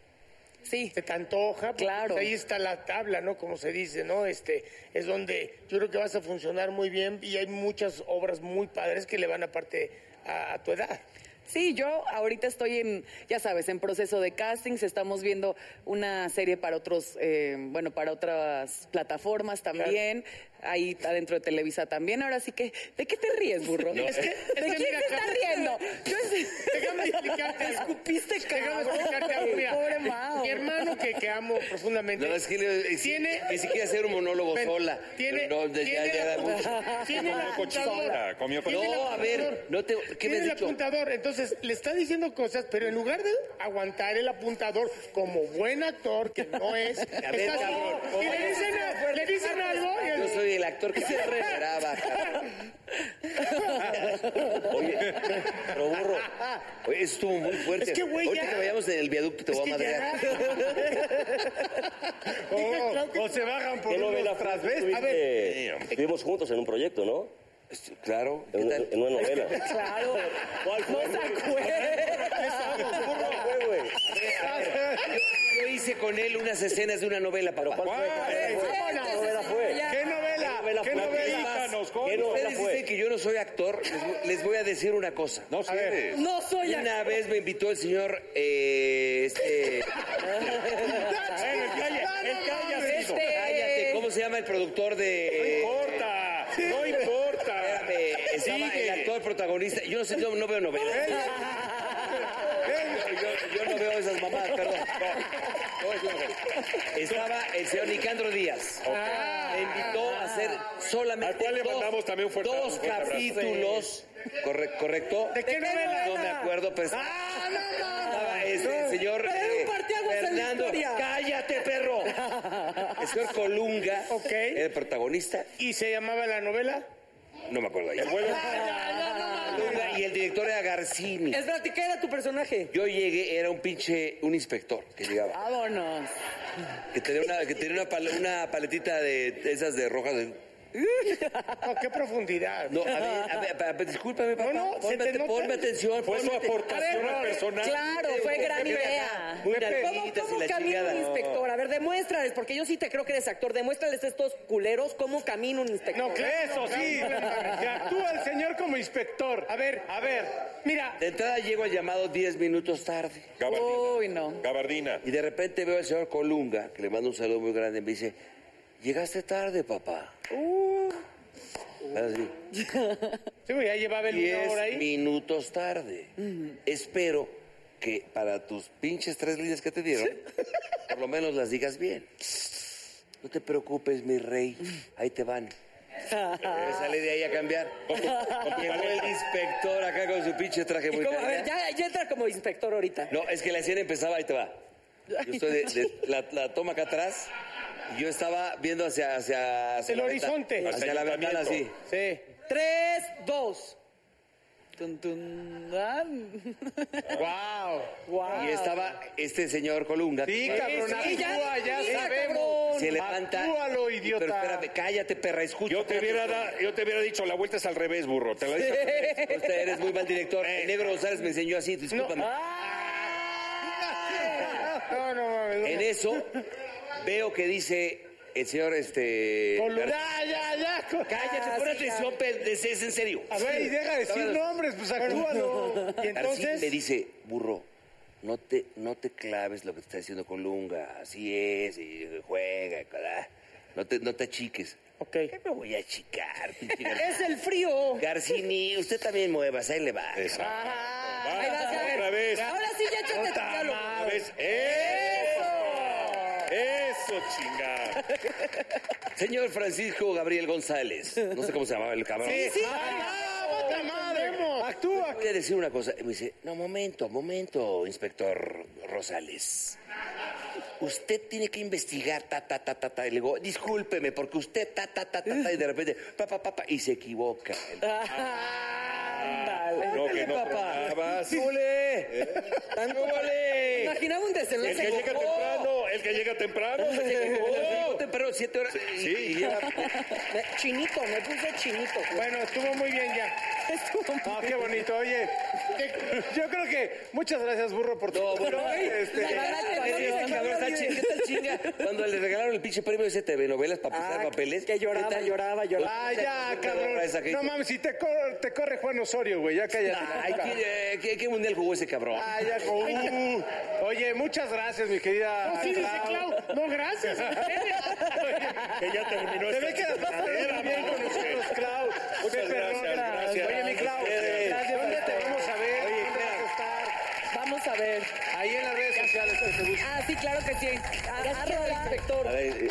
Sí.
Se te antoja, porque
Claro.
pues ahí está la tabla, ¿no? Como se dice, ¿no? Este, es donde yo creo que vas a funcionar muy bien y hay muchas obras muy padres que le van aparte a, a tu edad.
Sí, yo ahorita estoy en, ya sabes, en proceso de castings. Estamos viendo una serie para otros, eh, bueno, para otras plataforformas también. Ahí adentro de Televisa también. Ahora sí que, ¿de qué te ríes, burro?
Es que-
¿De
es que
quién
mira,
se está
Carmen,
riendo? Yo
Déjame explicarte
Te
algo.
escupiste,
Déjame
cabrón.
explicarte algo, mira.
Pobre Mao.
Mi hermano, que, que amo profundamente.
No, es que le- es-
Tiene-
Eh, ni siquiera hacer un monólogo
Ven,
sola.
Tiene,
no, de- ya-
tiene
ya
la
da mucho.
apunta- tiene el apuntador.
comió
Tiene el
No, a ver,
apuntador.
no te- ¿qué me
Tiene
has
el
dicho?
apuntador. Entonces, le está diciendo cosas, pero en lugar de aguantar el apuntador como buen actor, que no es,
ver,
está-
cabrón.
y le dicen, a- le dicen algo y
Yo
el-
soy el actor que se reveraba.
Oye, pero burro,
Oye, eso estuvo muy fuerte.
Es que, güey,
Ahorita
ya.
que vayamos en el viaducto te
Es
voy a
que
madrear.
ya. Dije, Clau, que-
O se bajan por
¿qué novela
unos
tras
transvestis.
A ver,
Estuvimos juntos en un proyecto, ¿no?
Claro. ¿qué
En, una-
tal?
en una novela.
Claro. No se acuerda.
Fue, güey.
Yo hice con él unas escenas de una novela, papá.
¿Qué novela fue?
¿Qué novela?
novela
¿Qué
fue?
novela?
Platícanos,
¿Qué
coño.
novela
Ustedes dicen
fue?
que yo no soy actor. Les, vo- les voy a decir una cosa.
No sé.
No soy
Una vez me invitó el señor. eh, este,
Este-
cállate, ¿cómo se llama el productor de.?
No importa. No importa.
Espérame, estaba
Sigue.
el actor protagonista. Yo no sé, yo no veo novelas. Yo, yo no veo esas mamadas, perdón. No, no es novela. Estaba el señor Nicandro Díaz. Ah. Me invitó a hacer solamente
Al cual le
dos,
mandamos también un fuerte
dos
abrazo, un fuerte abrazo.
capítulos. Corre- ¿Correcto?
¿De qué novela?
No me acuerdo, pues, pero
Ah,
Ah,
estaba este, el señor
Pero
eh,
un parteaguas en la
Fernando.
historia.
¡Cállate, perro! El señor Colunga,
Ok.
era el protagonista.
¿Y se llamaba la novela?
No me acuerdo. Ah, ya. Colunga y el director era Garcini.
Espérate, ¿qué era tu personaje?
Yo llegué, era un pinche, un inspector que llegaba,
Vámonos.
que tenía una, que tenía una, pal- una paletita de esas de rojas. de-
No, qué profundidad.
No, a ver, a ver, a ver, discúlpame, papá.
No, no, se
ponme,
te nota.
ponme atención.
Fue su
ponme atención.
aportación al personaje.
Claro, fue gran idea.
Muy
¿Cómo,
nalguitas
cómo
y la
camina
chingada.
un inspector? A ver, demuéstrales, porque yo sí te creo que eres actor. Demuéstrales a estos culeros cómo camina un inspector.
No, claro.
Eso sí, que actúa el señor como inspector.
A ver,
A ver,
mira,
De entrada llego al llamado 10 minutos tarde.
Gabardina.
Uy, no.
Gabardina.
Y de repente veo al señor Colunga, que le mando un saludo muy grande, me dice, llegaste tarde, papá.
Uh.
Así.
sí, güey, ya llevaba el una hora
10
ahí.
minutos tarde. Espero que para tus pinches tres líneas que te dieron, por lo menos las digas bien. No te preocupes, mi rey. Ahí te van.
Ah.
Me sale de ahí a cambiar. Llegó el inspector acá con su pinche traje
¿Y
muy
cómo? A ver,
caliente.
ya, ya entra como inspector ahorita.
No, es que la escena empezaba, ahí te va. Yo estoy de, de- la, la toma acá atrás. y Yo estaba viendo hacia... hacia, hacia
El
la venta-
horizonte.
Hacia la ventana, así.
Sí.
Tres, dos.
Tun, tun, ah.
Wow.
Guau.
Y estaba este señor Colunga.
sí, cabrón,
sí, ya,
actúa, ya
sí,
sabemos.
Se levanta.
Actúalo,
Pero
idiota.
espérame, cállate, perra, escucha.
Yo te, hubiera da- yo te hubiera dicho, la vuelta es al revés, burro. Te la dije.
Usted eres muy mal director. El negro González me enseñó así, discúlpame.
Ah,
No, no mames. no.
En eso veo que dice el señor este.
Con
Gar-
Ya, ya, ya. con-
Ah,
Cállate, pon atención, pe- es es en serio.
A ver, y deja de decir
Bueno,
nombres, pues actúalo.
Y
García me
entonces,
dice, burro, no te, no te claves lo que te está diciendo Colunga, así es, y juega, cara. no te, no te achiques.
Ok.
¿Qué me voy a chicar, pinche Gar-
Es el frío.
Garcini, usted también muevas, ahí le va.
Exacto.
Ajá.
Va,
Ahí vas a ver.
Otra vez.
Ahora sí, ya échate tu
Otra
diálogo.
vez. ¡Eso! E, ¡Eso, chingada!
Señor Francisco Gabriel González, no sé cómo se llamaba el cabrón. Ah,
Actúa.
Voy a decir una cosa. Y me dice, no, momento, momento, inspector Rosales. Usted tiene que investigar, ta, ta, ta, ta, ta. Y le digo, discúlpeme, porque usted, ta, ta, ta, ta, ta, y de repente, pa, pa, pa, pa, y se equivoca.
Ándale.
Lo que
Ándale,
no Ah,
papá.
programabas.
Eh,
Tanto- Imaginaba un
El
desenlace. Oh.
que llega
como-
temprano, el que llega temprano. se
Llegó
equivocó.
temprano, siete horas. y-
Sí,
y lleva-
Me- Chinito, me puse chinito.
Bueno, estuvo muy bien ya. Ah, qué bonito. Oye, yo creo que muchas gracias, burro, por tu
No, burro,
Este,
la verdad,
Ay,
Oye,
Dios, cabrón, está chinga, está chinga. Cuando le regalaron el pinche premio de ese TV novelas para
Ah,
pisar papeles.
que lloraba,
¿qué tal? Pues,
lloraba, lloraba.
Ah, ya, cabrón.
Esa que-
No mames, si te, cor- te corre Juan Osorio, güey, ya cállate.
Ay, ¿qué, eh, qué- qué mundial jugó ese cabrón?
Ah, ya, como- Uh, oye, muchas gracias, mi querida.
Oh,
No, sí, dice
Clau.
Clau. No, gracias.
Que ya
Se
terminó esta
ve que la pasas
chingadera,
muy bien con
mano.
nosotros, Clau. Pepe
gracias,
Rojas.
gracias.
Oye, mi Clau,
Ustedes.
gracias. ¿Dónde te vamos a ver?
Oye,
¿Dónde
Clau.
vas a estar?
Vamos a ver.
Ahí en las redes sociales que te buscan.
Ah, sí, claro que sí. Ah, Arroba inspector.
A ver, eh,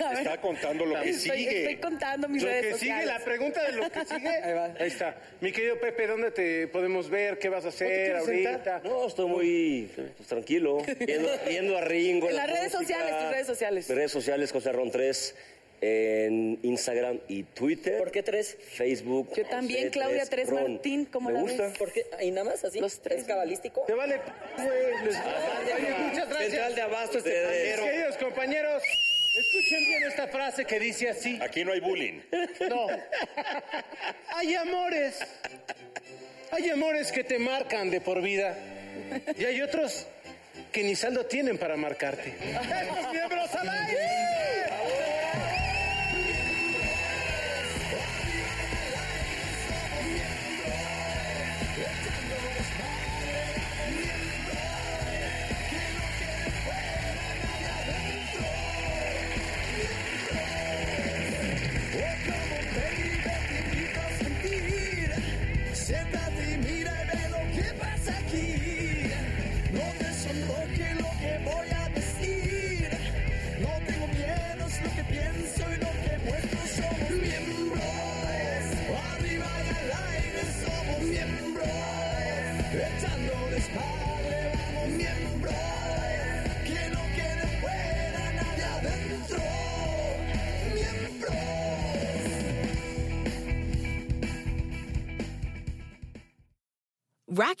A ver,
Está contando lo que
estoy, estoy
sigue.
contando mis
Lo
redes
que sigue,
sociales.
la pregunta de lo que sigue. Ahí, está. Mi querido Pepe, ¿dónde te podemos ver? ¿Qué vas a hacer
quieres
ahorita?
no, estoy muy pues, tranquilo, viendo, viendo a Ringo.
En
la
las redes
música.
sociales, tus redes sociales.
Mis redes sociales, José Ron 3, en Instagram y Twitter.
¿Por qué tres?
Facebook.
Yo también,
José
Claudia Tres
Tres Ron.
Martín, ¿cómo
Me
la
gusta.
ves?
¿Por qué? ¿Y nada más así?
Los tres.
¿Es cabalístico?
Te vale, güey. les- Oye, muchas gracias.
Central de Abasto, este
Mis
pandero.
queridos compañeros, escuchen bien esta frase que dice así.
Aquí no hay bullying.
No. Hay amores. Hay amores que te marcan de por vida. Y hay otros que ni saldo tienen para marcarte. ¡Estos miembros al aire!
Siéntate y mira y ve lo que pasa aquí. No te sonroje lo que voy a decir. No tengo miedo, es lo que pienso y lo que muestro. Somos miembros. Arriba y al aire somos miembros. Echando desmadre vamos miembros. Que no quede fuera nadie adentro. Miembros.
Rack